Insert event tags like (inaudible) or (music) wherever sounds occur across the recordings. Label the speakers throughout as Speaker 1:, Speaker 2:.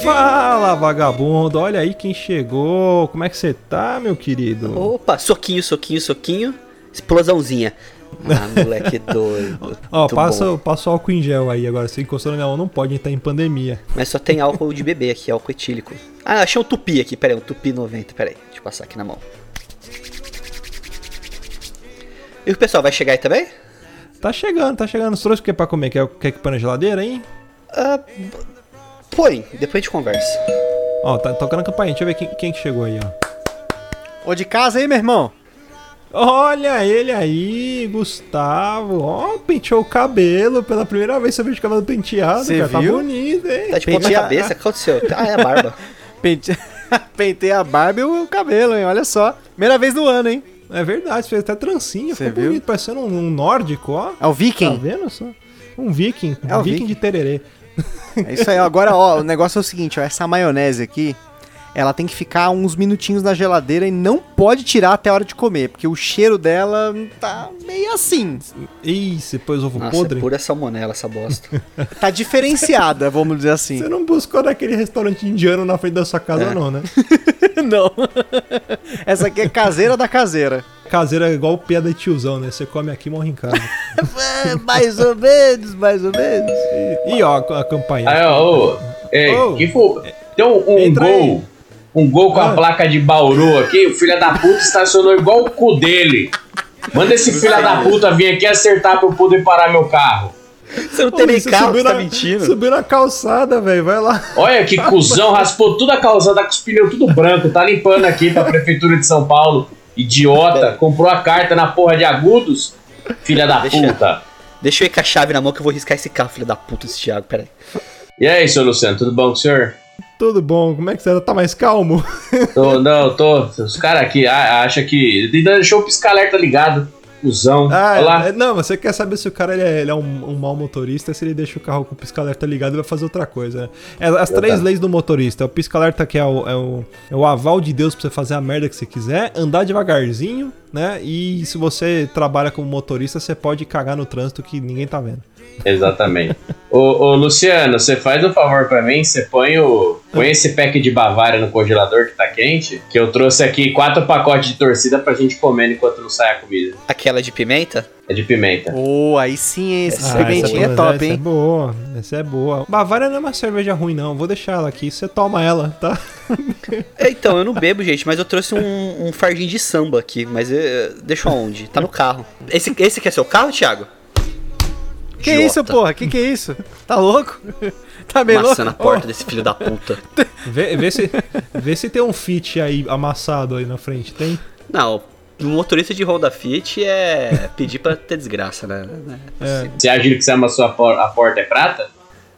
Speaker 1: Fala, vagabundo! Olha aí quem chegou! Como é que você tá, meu querido?
Speaker 2: Opa, soquinho, soquinho, soquinho. Explosãozinha.
Speaker 1: (laughs)
Speaker 2: Ah, moleque doido.
Speaker 1: Ó,
Speaker 2: Muito
Speaker 1: passa,
Speaker 2: bom.
Speaker 1: passa o álcool em gel aí agora. Se encostou na minha mão, não pode, a gente tá em pandemia.
Speaker 2: Mas só tem álcool de bebê aqui, álcool etílico. Ah, achei um tupi aqui, peraí, um tupi 90, peraí. Deixa eu passar aqui na mão. E o pessoal vai chegar aí também?
Speaker 1: Tá chegando, tá chegando. Você trouxe o que pra comer? Quer, quer que põe na geladeira, hein?
Speaker 2: Ah, b- põe, depois a gente conversa.
Speaker 1: Ó, tá tocando a campainha. Deixa eu ver quem, quem que chegou aí, ó.
Speaker 3: Ô, de casa aí, meu irmão?
Speaker 1: Olha ele aí, Gustavo. Ó, penteou o cabelo. Pela primeira vez que eu vejo o cabelo penteado,
Speaker 3: Cê
Speaker 1: cara.
Speaker 3: viu?
Speaker 1: Tá bonito, hein?
Speaker 2: Tá de ponta
Speaker 3: Pedia-
Speaker 1: (laughs)
Speaker 2: cabeça, qual o seu? Ah, é a barba.
Speaker 3: Pente... (laughs) Pentei a barba e o cabelo, hein? Olha só. Primeira vez do ano, hein?
Speaker 1: É verdade, você fez até trancinha.
Speaker 3: Cê
Speaker 1: Ficou
Speaker 3: viu?
Speaker 1: bonito, parecendo um, um nórdico, ó.
Speaker 3: É o
Speaker 1: Tá
Speaker 3: Viking.
Speaker 1: vendo só? Um viking. Um
Speaker 3: É o
Speaker 1: viking
Speaker 3: viking.
Speaker 1: de tererê.
Speaker 3: É isso aí. ó. Agora, ó, o negócio é o seguinte, ó. Essa maionese aqui, ela tem que ficar uns minutinhos na geladeira e não pode tirar até a hora de comer, porque o cheiro dela tá meio assim.
Speaker 1: Ih, você pôs ovo
Speaker 2: Nossa,
Speaker 1: podre?
Speaker 2: é pura salmonela essa bosta.
Speaker 1: (laughs)
Speaker 3: Tá diferenciada, vamos dizer assim.
Speaker 1: Você não buscou naquele restaurante indiano na frente da sua casa,
Speaker 2: É.
Speaker 1: não, né?
Speaker 3: (laughs) Não. Essa aqui é caseira da caseira.
Speaker 1: Caseira é igual piada de tiozão, né? Você come aqui e morre em
Speaker 2: (laughs)
Speaker 1: casa.
Speaker 3: É, mais ou menos, mais ou menos.
Speaker 1: e ó, a campainha.
Speaker 4: Aí, ó, ô, é,
Speaker 1: Ô,
Speaker 4: que for, tem um, um
Speaker 1: entra Ah.
Speaker 4: gol, um gol com a placa de Bauru aqui, o filho da puta estacionou igual o cu dele. Manda esse filho da puta vir aqui acertar pra eu poder parar meu carro.
Speaker 2: Você não
Speaker 1: Ô,
Speaker 2: tem nem
Speaker 1: Luiz, você
Speaker 2: carro,
Speaker 1: subiu
Speaker 2: você tá
Speaker 1: na- (laughs)
Speaker 2: mentindo.
Speaker 1: Subiu na calçada, velho. Vai lá.
Speaker 4: Olha que cuzão, raspou toda a calçada tá com os pneus tudo branco, tá limpando aqui pra prefeitura de São Paulo. Idiota, comprou a carta na porra de Agudos, filha da
Speaker 2: Deixa.
Speaker 4: puta.
Speaker 2: Deixa eu ir com a chave na mão que eu vou riscar esse carro, filho da puta, esse Thiago, peraí.
Speaker 4: E aí, seu Luciano, tudo bom com o senhor?
Speaker 1: Tudo bom? Como é que você tá? Tá mais calmo?
Speaker 4: Tô, não, tô. Os caras aqui a- acham que. Ainda deixou o pisca-alerta ligado. Cusão. Olha lá.
Speaker 1: é- não, você quer saber se o cara ele é, ele é um, um mau motorista, se ele deixa o carro com o pisca-alerta ligado e vai fazer outra coisa. né? É, as três leis do motorista. O pisca-alerta que é o, é, o, é o aval de Deus pra você fazer a merda que você quiser, andar devagarzinho, né? E se você trabalha como motorista, você pode cagar no trânsito que ninguém tá vendo.
Speaker 4: Exatamente. ô, ô, Luciano, você faz um favor pra mim? Você põe, o, põe esse pack de Bavária no congelador que tá quente? Que eu trouxe aqui quatro pacotes de torcida pra gente comer enquanto não sai a comida.
Speaker 2: Aquela de pimenta?
Speaker 4: É de pimenta.
Speaker 3: Oh, aí sim, hein? Esse
Speaker 2: Ah,
Speaker 3: pimentinho é
Speaker 1: mas
Speaker 3: top,
Speaker 1: essa é
Speaker 3: hein?
Speaker 1: boa, essa é boa. Bavária não é uma cerveja ruim, não. Vou deixar ela aqui, você toma ela, tá?
Speaker 2: É, Então, eu não bebo, gente, mas eu trouxe um, um fardinho de samba aqui, mas eh, deixa onde? Tá no carro. Esse, esse aqui é seu carro, Thiago?
Speaker 3: Que
Speaker 2: Idiota.
Speaker 3: isso, porra? Que que é isso? Tá louco? (laughs) Tá bem
Speaker 2: Maçã
Speaker 3: louco?
Speaker 2: na porta
Speaker 1: Oh.
Speaker 2: desse filho da puta.
Speaker 1: Vê, vê se, vê se tem um fit aí amassado aí na frente, tem?
Speaker 2: Não, um motorista de Honda Fit é pedir pra ter desgraça, né?
Speaker 1: É.
Speaker 4: Você acha que você amassou a, por- a porta é prata?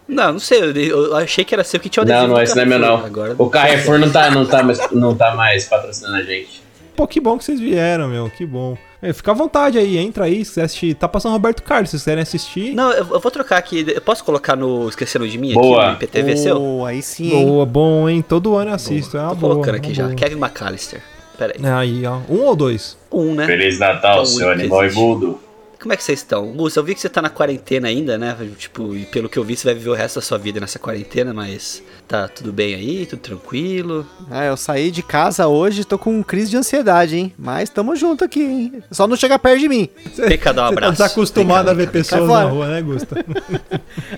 Speaker 2: Não, não sei, eu, eu achei que era seu que tinha o
Speaker 4: Não, não,
Speaker 2: do
Speaker 4: esse não é meu
Speaker 2: Carrefour.
Speaker 4: não.
Speaker 2: Agora,
Speaker 4: O Carrefour não tá, não, tá mais, não tá mais patrocinando a gente.
Speaker 1: Pô, que bom que vocês vieram, meu, que bom. É, fica à vontade aí, entra aí, se quiser assistir. Tá passando Roberto Carlos, se vocês querem assistir.
Speaker 2: Não, eu, eu vou trocar aqui, eu posso colocar no Esquecendo de Mim
Speaker 4: Boa.
Speaker 2: aqui, no IPTV seu?
Speaker 3: Oh, aí sim, hein?
Speaker 1: Boa, bom, hein? Todo ano eu assisto, é uma
Speaker 2: Tô
Speaker 1: boa.
Speaker 2: colocando
Speaker 1: uma
Speaker 2: aqui já,
Speaker 1: boa.
Speaker 2: Kevin McAllister. Pera aí,
Speaker 1: Aí, ó, um ou dois?
Speaker 2: um, né?
Speaker 4: Feliz Natal,
Speaker 2: Tá
Speaker 4: seu
Speaker 2: muito
Speaker 4: animal
Speaker 2: existe.
Speaker 4: imundo.
Speaker 2: Como é que vocês estão? Gus, eu vi que você tá na quarentena ainda, né? Tipo, e pelo que eu vi, você vai viver o resto da sua vida nessa quarentena, mas tá tudo bem aí, tudo tranquilo.
Speaker 3: Ah, eu saí de casa hoje, tô com um crise de ansiedade, hein? Mas tamo junto aqui, hein? Só não chega perto de mim.
Speaker 2: Vem cá dar
Speaker 1: (laughs) Você
Speaker 2: um
Speaker 1: tá
Speaker 2: abraço.
Speaker 1: desacostumado a
Speaker 2: Vem
Speaker 1: ver
Speaker 2: cá, vem cá,
Speaker 1: pessoas
Speaker 3: fora.
Speaker 1: na rua, né, Gusta?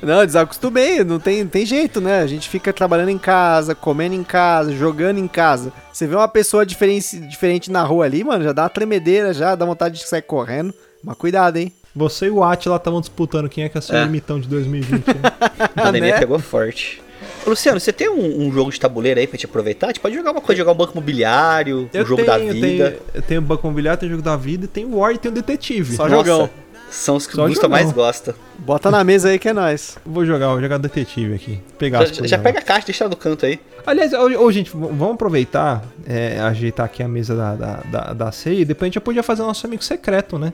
Speaker 3: Não, eu desacostumei, não tem, não tem jeito, né? A gente fica trabalhando em casa, comendo em casa, jogando em casa. Você vê uma pessoa diferente, diferente na rua ali, mano, já dá uma tremedeira, já dá vontade de sair correndo. Mas cuidado, hein?
Speaker 1: Você e o Atila estavam disputando quem é que é seu
Speaker 2: É.
Speaker 1: limitão de 2020. né?
Speaker 2: (laughs) A pandemia
Speaker 3: né?
Speaker 2: pegou forte. Ô, Luciano, você tem um, um jogo de tabuleiro aí pra te aproveitar? A gente pode jogar uma coisa, jogar um banco imobiliário, um jogo da
Speaker 1: eu
Speaker 2: vida.
Speaker 1: tenho- Eu tenho o Banco Imobiliário, tenho o Jogo da Vida, e tenho o War e tenho o Detetive.
Speaker 3: Só
Speaker 2: Nossa,
Speaker 3: jogão.
Speaker 2: São os que
Speaker 1: Só
Speaker 2: o Gusta
Speaker 1: jogão.
Speaker 2: mais gosta.
Speaker 3: Bota na mesa aí que é
Speaker 2: (laughs)
Speaker 3: nóis.
Speaker 1: Vou jogar, vou jogar Detetive aqui. Pegar
Speaker 2: Já,
Speaker 1: as coisas
Speaker 2: já
Speaker 1: lá.
Speaker 2: pega a caixa, deixa ela no canto aí.
Speaker 1: Aliás, ô, ô, gente, v- vamos aproveitar, é, ajeitar aqui a mesa da, da, da, da ceia e depois a gente já podia fazer nosso amigo secreto, né?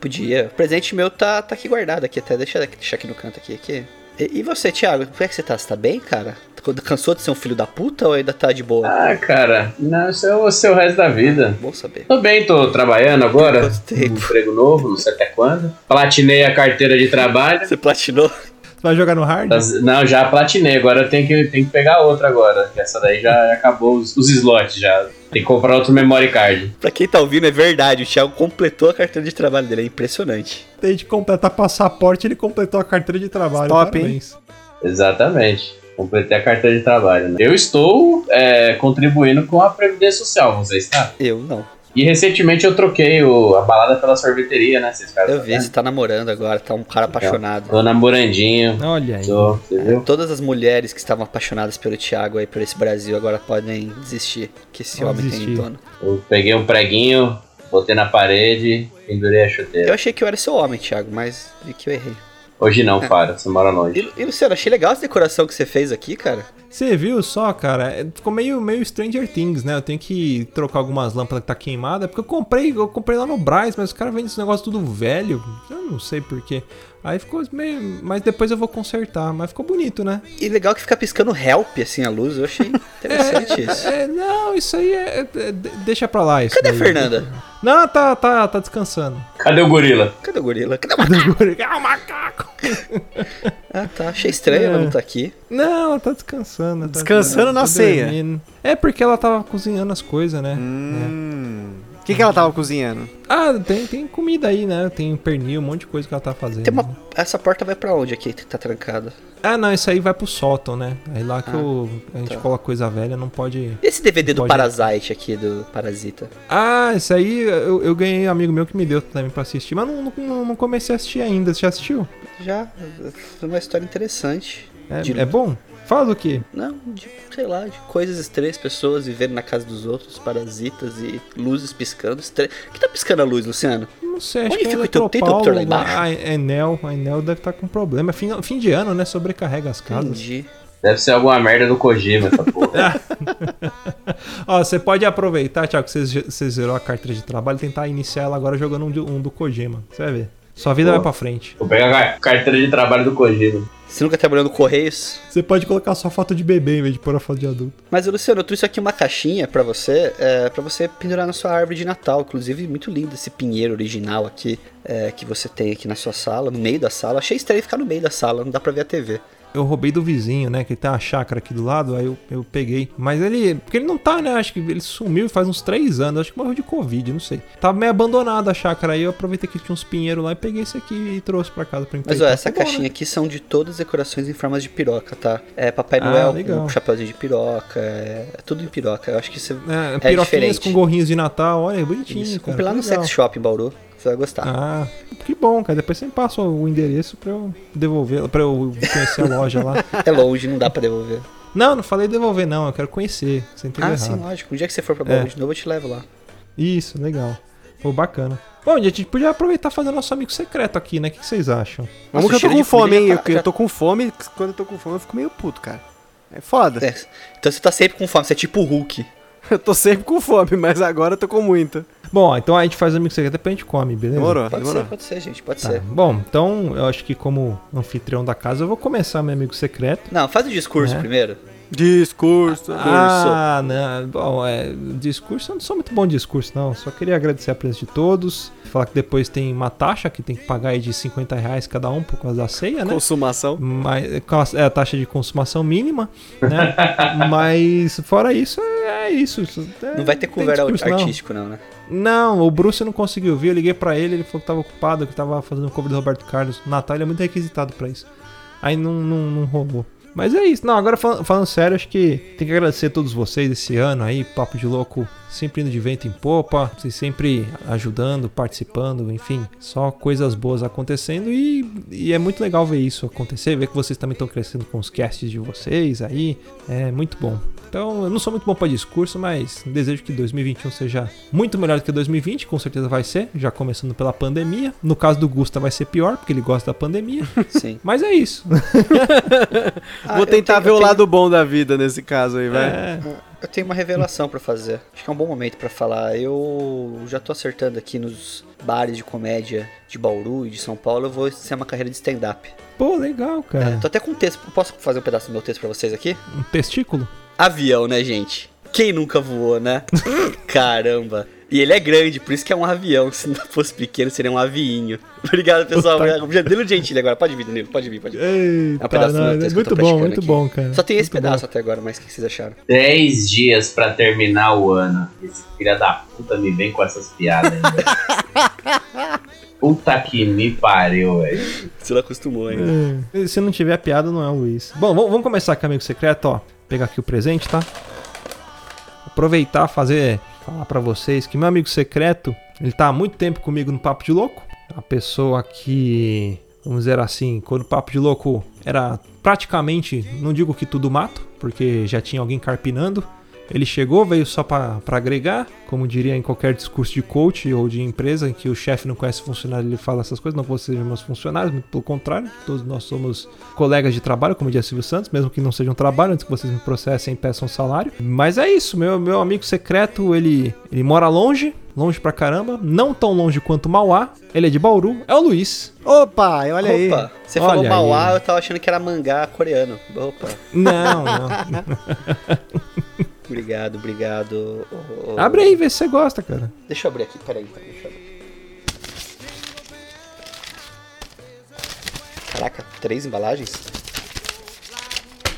Speaker 2: Podia. O presente meu tá, tá aqui guardado aqui até. Deixa, deixa aqui no canto aqui. aqui. E, e você, Thiago, como é que você tá? Você tá bem, cara? Quando- Cansou de ser um filho da puta ou ainda tá de boa? É
Speaker 4: Ah, cara, não, isso é o seu resto da vida.
Speaker 2: Bom saber.
Speaker 4: Tô bem, tô trabalhando agora.
Speaker 2: Quanto tempo?
Speaker 4: Um emprego novo, não sei até quando. Platinei a carteira de trabalho.
Speaker 2: Você platinou?
Speaker 1: Você vai jogar no hard?
Speaker 4: Mas- Não, já platinei, agora eu tenho que, tenho que pegar outra agora. que Essa daí já acabou os, os slots já. Tem que comprar outro memory card.
Speaker 2: Pra quem tá ouvindo, é verdade. O Thiago completou a carteira de trabalho dele. É impressionante.
Speaker 1: Tem de completar passaporte, ele completou a carteira de trabalho.
Speaker 3: Top, hein?
Speaker 1: parabéns.
Speaker 4: Exatamente. Completei a carteira de trabalho. né? Eu estou é, contribuindo com a Previdência Social, vocês sabem.
Speaker 2: Eu não.
Speaker 4: E recentemente eu troquei o- a balada pela sorveteria, né? Vocês ficaram
Speaker 2: Eu vi, você tá namorando agora, tá um cara apaixonado.
Speaker 4: Tô namorandinho.
Speaker 1: Olha aí.
Speaker 4: Tô, você viu?
Speaker 2: Todas as mulheres que estavam apaixonadas pelo Thiago aí, por esse Brasil, agora podem desistir. Que esse
Speaker 1: Vão
Speaker 2: homem tem em
Speaker 1: desistir.
Speaker 2: torno.
Speaker 4: Eu peguei um preguinho, botei na parede, pendurei a
Speaker 2: Eu
Speaker 4: chuteira.
Speaker 2: achei que eu era seu homem, Thiago, mas vi que eu errei.
Speaker 4: Hoje não, para, você mora longe.
Speaker 2: E, e Luciano, achei legal essa decoração que você fez aqui, cara.
Speaker 1: Você viu só, cara? É, Ficou meio, meio Stranger Things, né? Eu tenho que trocar algumas lâmpadas que tá queimada, porque eu comprei, eu comprei lá no Braz, mas os caras vendem esse negócio tudo velho. Eu não sei porquê. Aí ficou meio. Mas depois eu vou consertar. Mas ficou bonito, né?
Speaker 2: E legal que fica piscando help, assim, a luz. Eu achei interessante isso.
Speaker 1: É, não, isso aí é. é- é- de- deixa pra lá isso.
Speaker 2: Cadê a
Speaker 1: daí.
Speaker 2: Fernanda?
Speaker 1: Não, tá, tá, tá descansando. (laughs)
Speaker 4: Cadê o gorila?
Speaker 2: Cadê o gorila? Cadê o macaco?
Speaker 1: ah, o macaco!
Speaker 2: Ah, tá. Achei estranho ela não tá aqui.
Speaker 1: Não, ela tá descansando. tá-
Speaker 3: Descansando
Speaker 1: tá
Speaker 3: na ceia.
Speaker 1: dormindo. É porque ela tava cozinhando as coisas, né?
Speaker 2: É.
Speaker 3: Hum. O que, que ela tava cozinhando?
Speaker 1: Ah, tem, tem comida aí, né? Tem pernil, um monte de coisa que ela tá fazendo.
Speaker 2: Tem uma... Essa porta vai pra onde aqui que tá trancada?
Speaker 1: Ah, não, isso aí vai pro sótão, né? Aí lá que
Speaker 2: Ah,
Speaker 1: o- a gente
Speaker 2: tá.
Speaker 1: coloca coisa velha, não pode.
Speaker 2: E esse DVD do
Speaker 1: Pode-
Speaker 2: Parasite aqui, do Parasita?
Speaker 1: Ah, isso aí eu, eu ganhei um amigo meu que me deu também pra assistir, mas não, não, não comecei a assistir ainda. Você já assistiu?
Speaker 2: Já, foi uma história interessante.
Speaker 1: É,
Speaker 2: De-
Speaker 1: é bom? Fala do quê?
Speaker 2: Não, de, sei lá, de coisas estranhas, pessoas vivendo na casa dos outros, parasitas e luzes piscando. Estra... Que tá piscando a luz, Luciano?
Speaker 1: Não sei, acho
Speaker 2: Onde
Speaker 1: que é Ah,
Speaker 2: fica o teu- tem
Speaker 1: Eletropaulo,
Speaker 2: interruptor lá embaixo?
Speaker 1: A Enel, a Enel é deve estar com problema. É Fim, fim de ano, né? Sobrecarrega as casas.
Speaker 2: Entendi.
Speaker 4: Deve ser alguma merda do Kojima, essa porra.
Speaker 1: Ó, você pode aproveitar, Thiago, que você ze- você zerou a carteira de trabalho e tentar iniciar ela agora jogando um, do- um do Kojima. Você vai ver. Sua vida
Speaker 4: Boa.
Speaker 1: vai pra frente.
Speaker 4: Vou pegar a carteira de trabalho do Kojima.
Speaker 2: Você nunca trabalhou no Correios?
Speaker 1: Você pode colocar só foto de bebê em vez de pôr a foto de adulto.
Speaker 2: Mas, Luciano, eu trouxe aqui uma caixinha pra você, é, para você pendurar na sua árvore de Natal. Inclusive, muito lindo esse pinheiro original aqui, é, que você tem aqui na sua sala, no meio da sala. Achei estranho ficar no meio da sala, não dá pra ver a TV.
Speaker 1: Eu roubei do vizinho, né? Que ele tem uma chácara aqui do lado, aí eu, eu peguei. Mas ele. Porque ele não tá, né? Acho que ele sumiu faz uns três anos. Acho que morreu de Covid, não sei. Tava meio abandonada a chácara. Aí eu aproveitei que tinha uns pinheiros lá e peguei esse aqui e trouxe pra casa pra
Speaker 2: Mas,
Speaker 1: enfeitar.
Speaker 2: ó, essa
Speaker 1: Ficou bom,
Speaker 2: caixinha
Speaker 1: né?
Speaker 2: aqui são de todas as decorações em formas de piroca, tá? É Papai
Speaker 1: Ah,
Speaker 2: Noel
Speaker 1: legal.
Speaker 2: com chapéuzinho de piroca, é, é tudo em piroca. Eu acho que você
Speaker 1: É,
Speaker 2: é
Speaker 1: piroquinhas
Speaker 2: diferente.
Speaker 1: com gorrinhos de Natal, olha, é bonitinho.
Speaker 2: Isso,
Speaker 1: cara,
Speaker 2: comprei lá no
Speaker 1: legal.
Speaker 2: sex shop em Bauru, você vai gostar.
Speaker 1: Ah, que bom, cara. Depois você me passa o endereço pra eu devolver, pra eu conhecer a loja
Speaker 2: (laughs)
Speaker 1: lá.
Speaker 2: É longe, não dá
Speaker 1: (laughs)
Speaker 2: pra devolver.
Speaker 1: Não, não falei devolver, não. Eu quero conhecer. Você entendeu
Speaker 2: ah,
Speaker 1: errado.
Speaker 2: sim, lógico. Um dia que você for pra Bauru
Speaker 1: É.
Speaker 2: de novo, eu te levo lá.
Speaker 1: Isso, legal. Pô, bacana. Bom, gente, a gente podia aproveitar e fazer nosso amigo secreto aqui, né? O que que vocês acham?
Speaker 3: Vamos que eu tô
Speaker 2: cheiro
Speaker 3: com
Speaker 2: de comida
Speaker 3: fome, hein?
Speaker 2: já
Speaker 3: Eu,
Speaker 2: tá-
Speaker 3: eu
Speaker 2: já-
Speaker 3: tô com fome, quando eu tô com fome eu fico meio puto, cara. É foda.
Speaker 2: É. Então você tá sempre com fome, você é tipo o
Speaker 1: Tá.
Speaker 2: Hulk.
Speaker 3: (laughs) Eu tô sempre com fome, mas agora eu tô com muita.
Speaker 1: Bom, ó, então a gente faz o amigo secreto, depois a gente come, beleza?
Speaker 3: Demorou,
Speaker 2: Pode
Speaker 3: demorou.
Speaker 2: ser, pode ser, gente, pode
Speaker 1: Tá.
Speaker 2: ser.
Speaker 1: Bom, então eu acho que como anfitrião da casa, eu vou começar meu amigo secreto.
Speaker 2: Não, faz o discurso
Speaker 1: É.
Speaker 2: primeiro.
Speaker 3: Discurso.
Speaker 1: Ah, não. Bom, é, discurso, eu não sou muito bom de discurso, não. Só queria agradecer a presença de todos. Falar que depois tem uma taxa que tem que pagar aí de 50 reais cada um por causa da ceia, né?
Speaker 3: Consumação.
Speaker 1: Mas, com a- é a taxa de consumação mínima, né? Mas fora isso, é, é isso. Isso- é,
Speaker 2: Não vai ter
Speaker 1: tem
Speaker 2: cover art-
Speaker 1: discurso, não.
Speaker 2: artístico, não, né?
Speaker 1: Não, o Bruce não conseguiu vir. Eu liguei pra ele, ele falou que tava ocupado, que tava fazendo cover do Roberto Carlos. O Natal ele é muito requisitado pra isso. Aí não, não, não rolou. Mas é isso. Não, agora falando, falando sério, acho que tem que agradecer a todos vocês esse ano aí. Papo de Louco sempre indo de vento em popa. Vocês sempre ajudando, participando, enfim. Só coisas boas acontecendo e, e é muito legal ver isso acontecer. Ver que vocês também estão crescendo com os casts de vocês aí. É muito bom. Então, eu não sou muito bom pra discurso, mas desejo que 2021 seja muito melhor do que 2020, com certeza vai ser, já começando pela pandemia. No caso do Gusta vai ser pior, porque ele gosta da pandemia. (laughs)
Speaker 2: Sim.
Speaker 1: Mas é isso.
Speaker 2: Ah,
Speaker 3: Vou
Speaker 2: eu
Speaker 3: tentar
Speaker 2: tenho-
Speaker 3: ver
Speaker 2: eu
Speaker 3: o
Speaker 2: tenho-
Speaker 3: lado bom da vida nesse caso aí, vai.
Speaker 1: É,
Speaker 2: Eu tenho uma revelação pra fazer. Acho que é um bom momento pra falar. Eu já tô acertando aqui nos bares de comédia de Bauru e de São Paulo. Eu vou ser uma carreira de stand-up.
Speaker 1: pô, legal,
Speaker 2: É,
Speaker 1: cara.
Speaker 2: tô até com um texto. Posso fazer um pedaço do meu texto pra vocês aqui?
Speaker 1: Um testículo?
Speaker 2: Avião, né, gente? Quem nunca voou, né? Caramba. E ele é grande, por isso que é um avião. (laughs) Se não fosse pequeno, seria um aviinho. Obrigado, pessoal.
Speaker 1: Puta-
Speaker 2: O Danilo Gentili agora. Pode vir, Danilo, pode vir, pode vir.
Speaker 1: Eita,
Speaker 2: É um pedaço
Speaker 1: não,
Speaker 2: do texto
Speaker 1: é
Speaker 2: que eu
Speaker 1: muito bom,
Speaker 2: tô praticando
Speaker 1: muito
Speaker 2: aqui.
Speaker 1: bom, cara.
Speaker 2: Só tem esse
Speaker 1: Muito
Speaker 2: pedaço até agora, mas o que vocês acharam?
Speaker 4: 10 dias pra terminar o ano. Esse filho da puta me vem com essas piadas. hein, velho. puta que me pariu, velho.
Speaker 2: Você não acostumou ainda.
Speaker 1: É. Se não tiver piada, não é o Luiz. Bom, vamos, vamos começar com o Amigo Secreto, ó. Pegar aqui o presente, tá? Aproveitar, fazer, falar pra vocês que meu amigo secreto, ele tá há muito tempo comigo no Papo de Louco. A pessoa que, vamos dizer assim, quando o Papo de Louco era praticamente, não digo que tudo mato, porque já tinha alguém carpinando. Ele chegou, veio só pra pra agregar, como diria em qualquer discurso de coach ou de empresa em que o chefe não conhece o funcionário, ele fala essas coisas, não que vocês sejam meus funcionários, muito pelo contrário, todos nós somos colegas de trabalho, como diria Silvio Santos, mesmo que não seja um trabalho, antes que vocês me processem e peçam salário. Mas é isso, meu, meu amigo secreto, ele, ele mora longe, longe pra caramba, não tão longe quanto Mauá, ele é de Bauru, é o Luiz.
Speaker 3: Opa, olha aí.
Speaker 2: Opa, você
Speaker 1: Olha
Speaker 2: falou Mauá,
Speaker 1: aí.
Speaker 2: eu tava achando que era mangá coreano. Opa,
Speaker 1: Não, não.
Speaker 2: obrigado, obrigado. Ô, ô,
Speaker 1: Abre aí, vê se você gosta, cara.
Speaker 2: Deixa eu abrir aqui, peraí. então, deixa eu abrir. Caraca, três embalagens?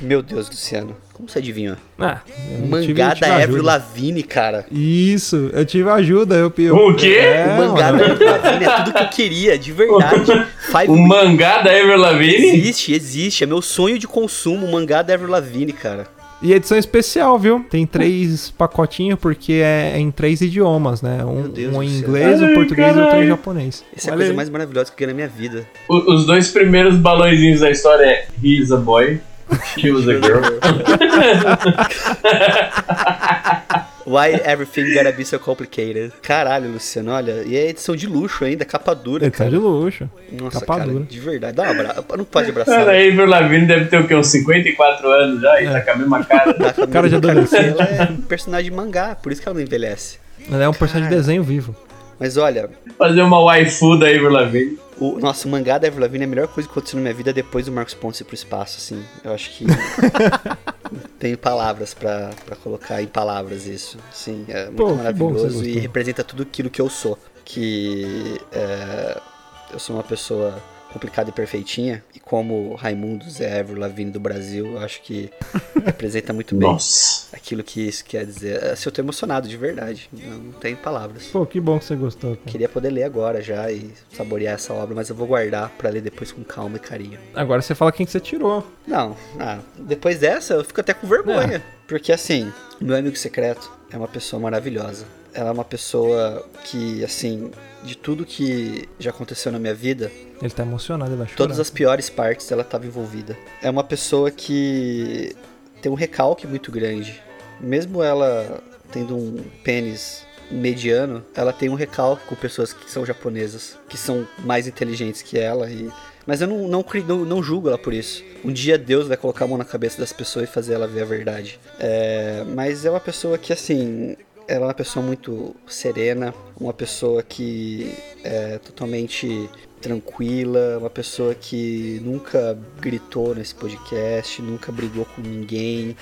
Speaker 2: Meu Deus, Luciano. Como você adivinha?
Speaker 1: Ah, eu tive- eu
Speaker 2: Mangá
Speaker 1: tive
Speaker 2: da
Speaker 1: ajuda.
Speaker 2: Avril Lavigne, cara.
Speaker 1: Isso, eu tive ajuda. Eu, eu,
Speaker 4: O quê?
Speaker 1: É,
Speaker 2: o mangá
Speaker 1: mano.
Speaker 2: da Avril Lavigne é tudo que eu queria,
Speaker 1: (laughs)
Speaker 2: de verdade. Five
Speaker 4: O mangá da Ever Lavigne?
Speaker 2: Existe, existe. É meu sonho de consumo, o mangá da Avril Lavigne, cara.
Speaker 1: E edição especial, viu? Tem três pacotinhos porque é em três idiomas, né? Um,
Speaker 2: Deus
Speaker 1: um
Speaker 2: do
Speaker 1: em
Speaker 2: céu.
Speaker 1: inglês, um
Speaker 4: Ai,
Speaker 1: português e outro em
Speaker 4: caralho.
Speaker 1: japonês.
Speaker 2: Essa é a
Speaker 1: Olha
Speaker 2: coisa
Speaker 1: aí.
Speaker 2: mais maravilhosa que eu ganhei na minha vida.
Speaker 4: O- os dois primeiros balõezinhos da história é He is a boy, she was a girl.
Speaker 2: Why everything gotta be so complicated? Caralho, Luciano, olha. E é edição de luxo ainda, capa dura,
Speaker 1: Edição
Speaker 2: cara.
Speaker 1: É, tá de luxo.
Speaker 2: Nossa,
Speaker 1: capa
Speaker 2: cara,
Speaker 1: dura.
Speaker 2: de verdade. Dá um abraço. Não pode
Speaker 4: Cara, a
Speaker 2: abraçar.
Speaker 4: Avril Lavigne deve ter o quê? Uns 54 anos já
Speaker 2: É.
Speaker 4: e tá com a mesma
Speaker 2: (laughs)
Speaker 4: cara.
Speaker 2: Tá com a
Speaker 1: Cara de
Speaker 2: minha-
Speaker 1: adolescente.
Speaker 2: Ela é um personagem de mangá, por isso que ela não envelhece.
Speaker 1: Ela é um personagem de desenho vivo.
Speaker 2: Mas olha,
Speaker 4: Fazer uma waifu da Avril Lavigne.
Speaker 2: o nosso mangá da Avril Lavigne é a melhor coisa que aconteceu na minha vida depois do Marcos Ponce ir pro espaço, assim. Eu
Speaker 1: (laughs)
Speaker 2: acho que... Tenho palavras pra pra colocar em palavras isso. Sim, é muito
Speaker 1: Pô, que bom que você
Speaker 2: maravilhoso
Speaker 1: gostou.
Speaker 2: e representa tudo aquilo que eu sou. Que é, eu sou uma pessoa complicada e perfeitinha. E como o Raimundo Zé Avril Lavigne do Brasil, eu
Speaker 1: (laughs)
Speaker 2: acho que representa muito bem
Speaker 4: Nossa.
Speaker 2: aquilo que isso quer dizer. Assim, eu tô emocionado, de verdade. Eu não tenho palavras.
Speaker 1: Pô, que bom que você gostou. Cara.
Speaker 2: Queria poder ler agora já e saborear essa obra, mas eu vou guardar pra ler depois com calma e carinho.
Speaker 1: Agora você fala quem que você tirou.
Speaker 2: Não, ah, depois dessa eu fico até com vergonha. Porque assim, meu amigo secreto é uma pessoa maravilhosa. Ela é uma pessoa que, assim, de tudo que já aconteceu na minha vida,
Speaker 1: Ele tá emocionado, ele vai chorar.
Speaker 2: todas as piores partes ela estava envolvida. É uma pessoa que tem um recalque muito grande. Mesmo ela tendo um pênis mediano, ela tem um recalque com pessoas que são japonesas, que são mais inteligentes que ela e mas eu não, não, cri- não, não julgo ela por isso. Um dia Deus vai colocar a mão na cabeça das pessoas e fazer ela ver a verdade. É, mas é uma pessoa que, assim, ela é uma pessoa muito serena, uma pessoa que é totalmente tranquila, uma pessoa que nunca gritou nesse podcast, nunca brigou com ninguém.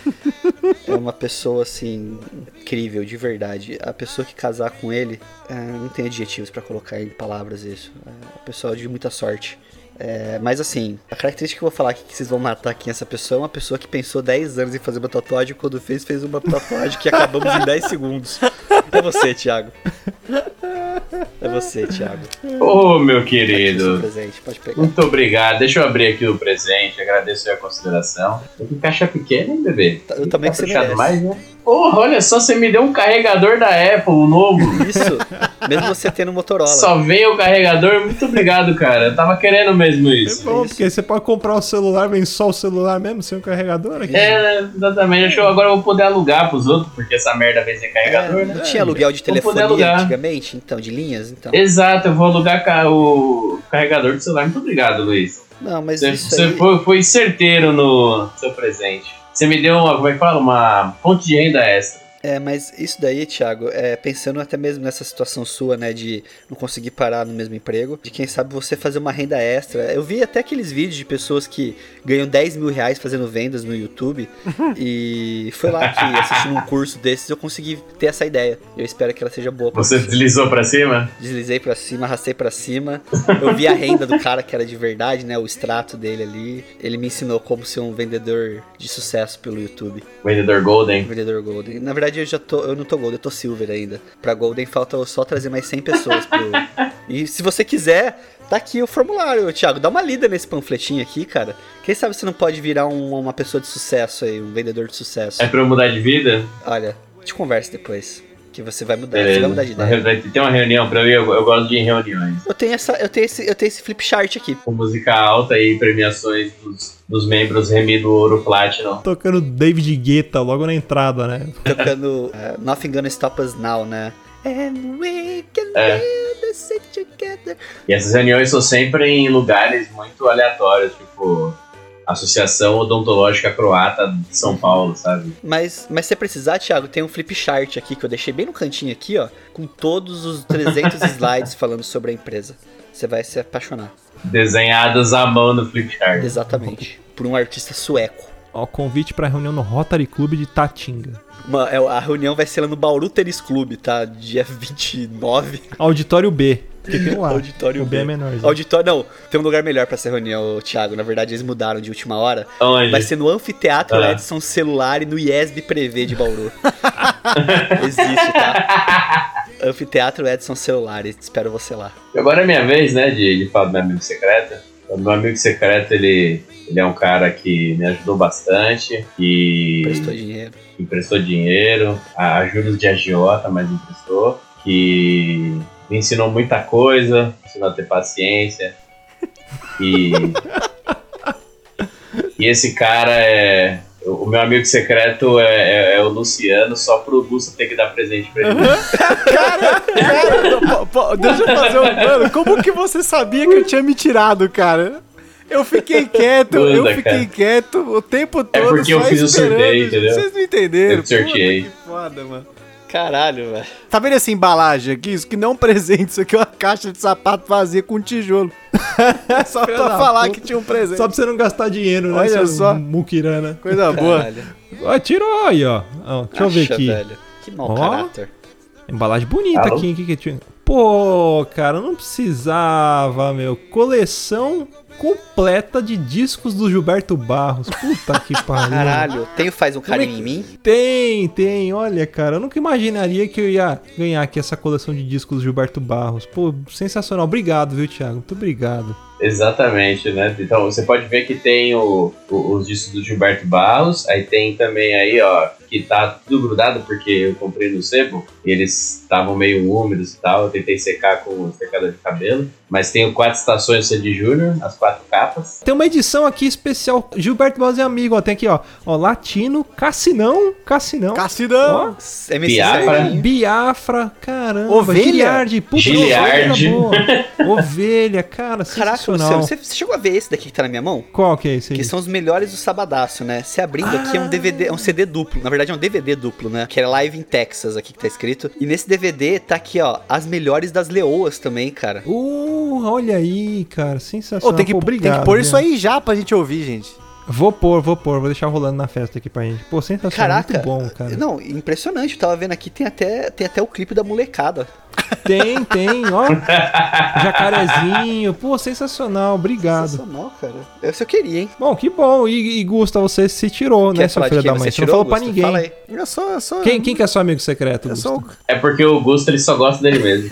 Speaker 2: é uma pessoa, assim, incrível, de verdade. A pessoa que casar com ele, é, não tem adjetivos pra colocar em palavras isso. É uma pessoa de muita sorte. É, mas assim, a característica que eu vou falar aqui que vocês vão matar aqui nessa pessoa é uma pessoa que pensou 10 anos em fazer uma tatuagem quando fez, fez uma tatuagem que acabamos em 10 segundos. É você, Thiago. É você, Thiago.
Speaker 4: Ô, meu
Speaker 2: Aqui o seu
Speaker 4: querido.
Speaker 2: presente, pode pegar.
Speaker 4: Muito obrigado. Deixa eu abrir aqui o presente. Agradeço a consideração. Tô com caixa pequena, hein, bebê?
Speaker 2: Eu também que você merece.
Speaker 4: Caprichado mais, né? Porra, olha só, você me deu um carregador da Apple,
Speaker 2: (laughs)
Speaker 4: um novo.
Speaker 2: Isso, mesmo você tendo Motorola.
Speaker 4: Só veio o carregador. Muito obrigado, cara. Eu tava querendo mesmo
Speaker 1: É
Speaker 4: isso.
Speaker 1: bom, porque você pode comprar o celular, vem só o celular mesmo, sem o carregador aqui.
Speaker 4: É, exatamente. Acho que agora eu vou poder alugar pros outros, porque essa merda vem sem
Speaker 2: É,
Speaker 4: carregador, né?
Speaker 2: não tinha aluguel de
Speaker 4: Vou poder
Speaker 2: telefonia
Speaker 4: alugar.
Speaker 2: antigamente, então, de linhas, então.
Speaker 4: Exato, eu vou alugar ca- o carregador do celular. Muito obrigado, Luiz.
Speaker 2: Não, mas
Speaker 4: Você,
Speaker 2: isso
Speaker 4: você
Speaker 2: aí.
Speaker 4: foi, foi certeiro no seu presente. Você me deu uma, como é que fala? Uma fonte de renda extra.
Speaker 2: É, mas isso daí, Thiago, é, pensando até mesmo nessa situação sua, né, de não conseguir parar no mesmo emprego, de quem sabe você fazer uma renda extra. Eu vi até aqueles vídeos de pessoas que ganham 10 mil reais fazendo vendas no
Speaker 4: (laughs)
Speaker 2: YouTube, e foi lá que assistindo um curso desses eu consegui ter essa ideia. Eu espero que ela seja boa.
Speaker 4: Você deslizou pra cima?
Speaker 2: Deslizei pra cima, arrastei pra cima. Eu vi a renda do cara que era de verdade, né, o extrato dele ali. Ele me ensinou como ser um vendedor de sucesso pelo YouTube.
Speaker 4: Vendedor Golden.
Speaker 2: Vendedor Golden. Na verdade, eu já tô. Eu não tô Golden, eu tô Silver ainda. Pra Golden falta só trazer mais 100 pessoas pro.
Speaker 4: (laughs)
Speaker 2: e se você quiser, tá aqui o formulário, Thiago. Dá uma lida nesse panfletinho aqui, cara. Quem sabe você não pode virar um- uma pessoa de sucesso aí, um vendedor de sucesso.
Speaker 4: É pra eu mudar de vida?
Speaker 2: Olha, te converso depois. Que você vai mudar, você vai mudar de ideia.
Speaker 4: Beleza. Tem uma reunião pra mim, eu, eu gosto de reuniões.
Speaker 2: Eu tenho, essa, eu, tenho esse, eu tenho esse flip chart aqui.
Speaker 4: Com música alta e premiações dos, dos membros Remi do Ouro Platinum.
Speaker 1: Tocando David Guetta logo na entrada, né?
Speaker 2: tocando eh, Nothing Gonna Stop Us Now, né? And we can
Speaker 4: É.
Speaker 2: do this together.
Speaker 4: E essas reuniões são sempre em lugares muito aleatórios, tipo Associação Odontológica Croata de São Paulo, sabe?
Speaker 2: Mas, mas se precisar, Thiago, tem um flip chart aqui que eu deixei bem no cantinho aqui, ó, com todos os 300 slides falando sobre a empresa. Você vai se apaixonar.
Speaker 4: Desenhadas à mão no Flipchart.
Speaker 2: Exatamente. Por um artista sueco.
Speaker 1: Ó, convite pra reunião no Rotary Club de Tatinga.
Speaker 2: Uma- é, a reunião vai ser lá no Bauru Tênis Clube, tá? Dia 29.
Speaker 1: Auditório B. Porque tem lá.
Speaker 2: Auditório
Speaker 1: o B
Speaker 2: B.
Speaker 1: é menor.
Speaker 2: Auditório, não, tem um lugar melhor pra essa reunião, Thiago. Na verdade, eles mudaram de última hora. Vai
Speaker 4: Onde?
Speaker 2: ser no Anfiteatro
Speaker 4: Ah.
Speaker 2: Edson Celular e no IESB Prevê de Bauru. Existe, tá? Anfiteatro Edson Celular, espero você lá.
Speaker 4: E Agora é minha vez, né, de, de falar do meu amigo secreto. O meu amigo secreto, ele, ele é um cara que me ajudou bastante e
Speaker 2: Prestou dinheiro.
Speaker 4: emprestou dinheiro, a a juros de agiota, mas emprestou, que me ensinou muita coisa, me ensinou a ter paciência. E, e esse cara é. O meu amigo secreto é, é- é o Luciano, só pro Gusta ter que dar presente pra ele.
Speaker 3: Cara, cara, não, po- po- deixa eu fazer um. Mano, como que você sabia que eu tinha me tirado, cara? Eu fiquei quieto, eu
Speaker 4: Manda,
Speaker 3: fiquei
Speaker 4: cara. É
Speaker 3: quieto o tempo todo.
Speaker 4: porque eu
Speaker 3: só
Speaker 4: fiz o
Speaker 3: esperando,
Speaker 4: sorteio,
Speaker 3: gente.
Speaker 4: entendeu?
Speaker 3: Vocês não entenderam.
Speaker 4: Eu sorteei.
Speaker 3: Puta que foda, mano.
Speaker 2: Caralho, velho.
Speaker 3: Tá vendo essa embalagem aqui? Isso que não (laughs) é um presente, isso aqui é uma caixa de sapato vazia com um tijolo. (laughs) Só
Speaker 1: Filha da
Speaker 3: pra falar
Speaker 1: puta.
Speaker 3: que tinha um presente.
Speaker 1: Só pra você não gastar dinheiro, né,
Speaker 3: Olha
Speaker 1: seu
Speaker 3: só.
Speaker 1: muquirana.
Speaker 3: Coisa boa.
Speaker 2: Caralho.
Speaker 1: Ó, tirou aí, ó. Ó, deixa eu ver
Speaker 2: Acha,
Speaker 1: aqui.
Speaker 2: velho. Que mau
Speaker 1: Ó.
Speaker 2: caráter.
Speaker 1: Embalagem bonita
Speaker 4: Alô?
Speaker 1: aqui, hein? Que que tinha? Pô, cara, não precisava, meu. Coleção completa de discos do Gilberto Barros. Puta que pariu.
Speaker 2: Caralho, tem o Faz um Carinho em Mim?
Speaker 1: Tem, tem. Olha, cara, eu nunca imaginaria que eu ia ganhar aqui essa coleção de discos do Gilberto Barros. Pô, sensacional. Obrigado, viu, Thiago? Muito obrigado.
Speaker 4: Exatamente, né? Então você pode ver que tem o, o- os discos do Gilberto Barros, aí tem também aí, ó, que tá tudo grudado porque eu comprei no sebo, e eles estavam meio úmidos e tal, eu tentei secar com o secador de cabelo, mas tem o Quatro Estações do Sandy Júnior, as quatro capas.
Speaker 1: Tem uma edição aqui especial. Gilberto Barros é amigo, ó. Tem aqui, ó. Ó, Latino, Cassinão, Cassinão.
Speaker 3: Cassidão!
Speaker 1: Ó,
Speaker 2: MC
Speaker 4: Piara?
Speaker 2: Sardinha.
Speaker 1: Biafra, caramba.
Speaker 3: Ovelha?
Speaker 1: Giliardi, puta,
Speaker 4: Giliardi.
Speaker 1: ovelha boa. Ovelha,
Speaker 3: (laughs)
Speaker 1: cara,
Speaker 2: Caraca,
Speaker 1: sensacional.
Speaker 2: Luciano, você você chegou a ver esse daqui que tá na minha mão?
Speaker 1: Qual que é esse aí?
Speaker 2: Que são os melhores do Sabadaço, né? Se abrindo aqui é
Speaker 1: Ah.
Speaker 2: um DVD, é um CD duplo. Na verdade, é um DVD duplo, né? Que é Live in Texas aqui que tá escrito. E nesse DVD tá aqui, ó, as melhores das leoas também, cara.
Speaker 1: Uh, olha aí, cara, sensacional.
Speaker 3: Ô, tem, que,
Speaker 1: Pô,
Speaker 3: tem
Speaker 1: obrigado, né?
Speaker 3: que pôr
Speaker 1: viu?
Speaker 3: isso aí já pra gente ouvir, gente.
Speaker 1: Vou pôr, vou pôr, vou deixar rolando na festa aqui pra gente. Pô, sensacional, é
Speaker 2: Caraca.
Speaker 1: muito bom, cara.
Speaker 2: Não, impressionante. Eu tava vendo aqui, tem até, tem até o clipe da molecada.
Speaker 1: Tem, tem, ó. Jacarezinho, pô, sensacional, obrigado.
Speaker 2: Sensacional, cara. Essa eu queria, hein?
Speaker 1: Bom, que bom. E, e Gusta, você se tirou, né, sua filha
Speaker 2: quem
Speaker 1: da mãe?
Speaker 2: você
Speaker 1: Você não falou
Speaker 2: tirou,
Speaker 1: pra
Speaker 2: Augusto?
Speaker 1: ninguém.
Speaker 2: Fala aí.
Speaker 3: Eu sou. Eu sou
Speaker 1: Quem, quem que é seu amigo secreto,
Speaker 3: eu
Speaker 1: Gusta?
Speaker 3: sou
Speaker 4: É porque o Gusto ele só gosta dele mesmo.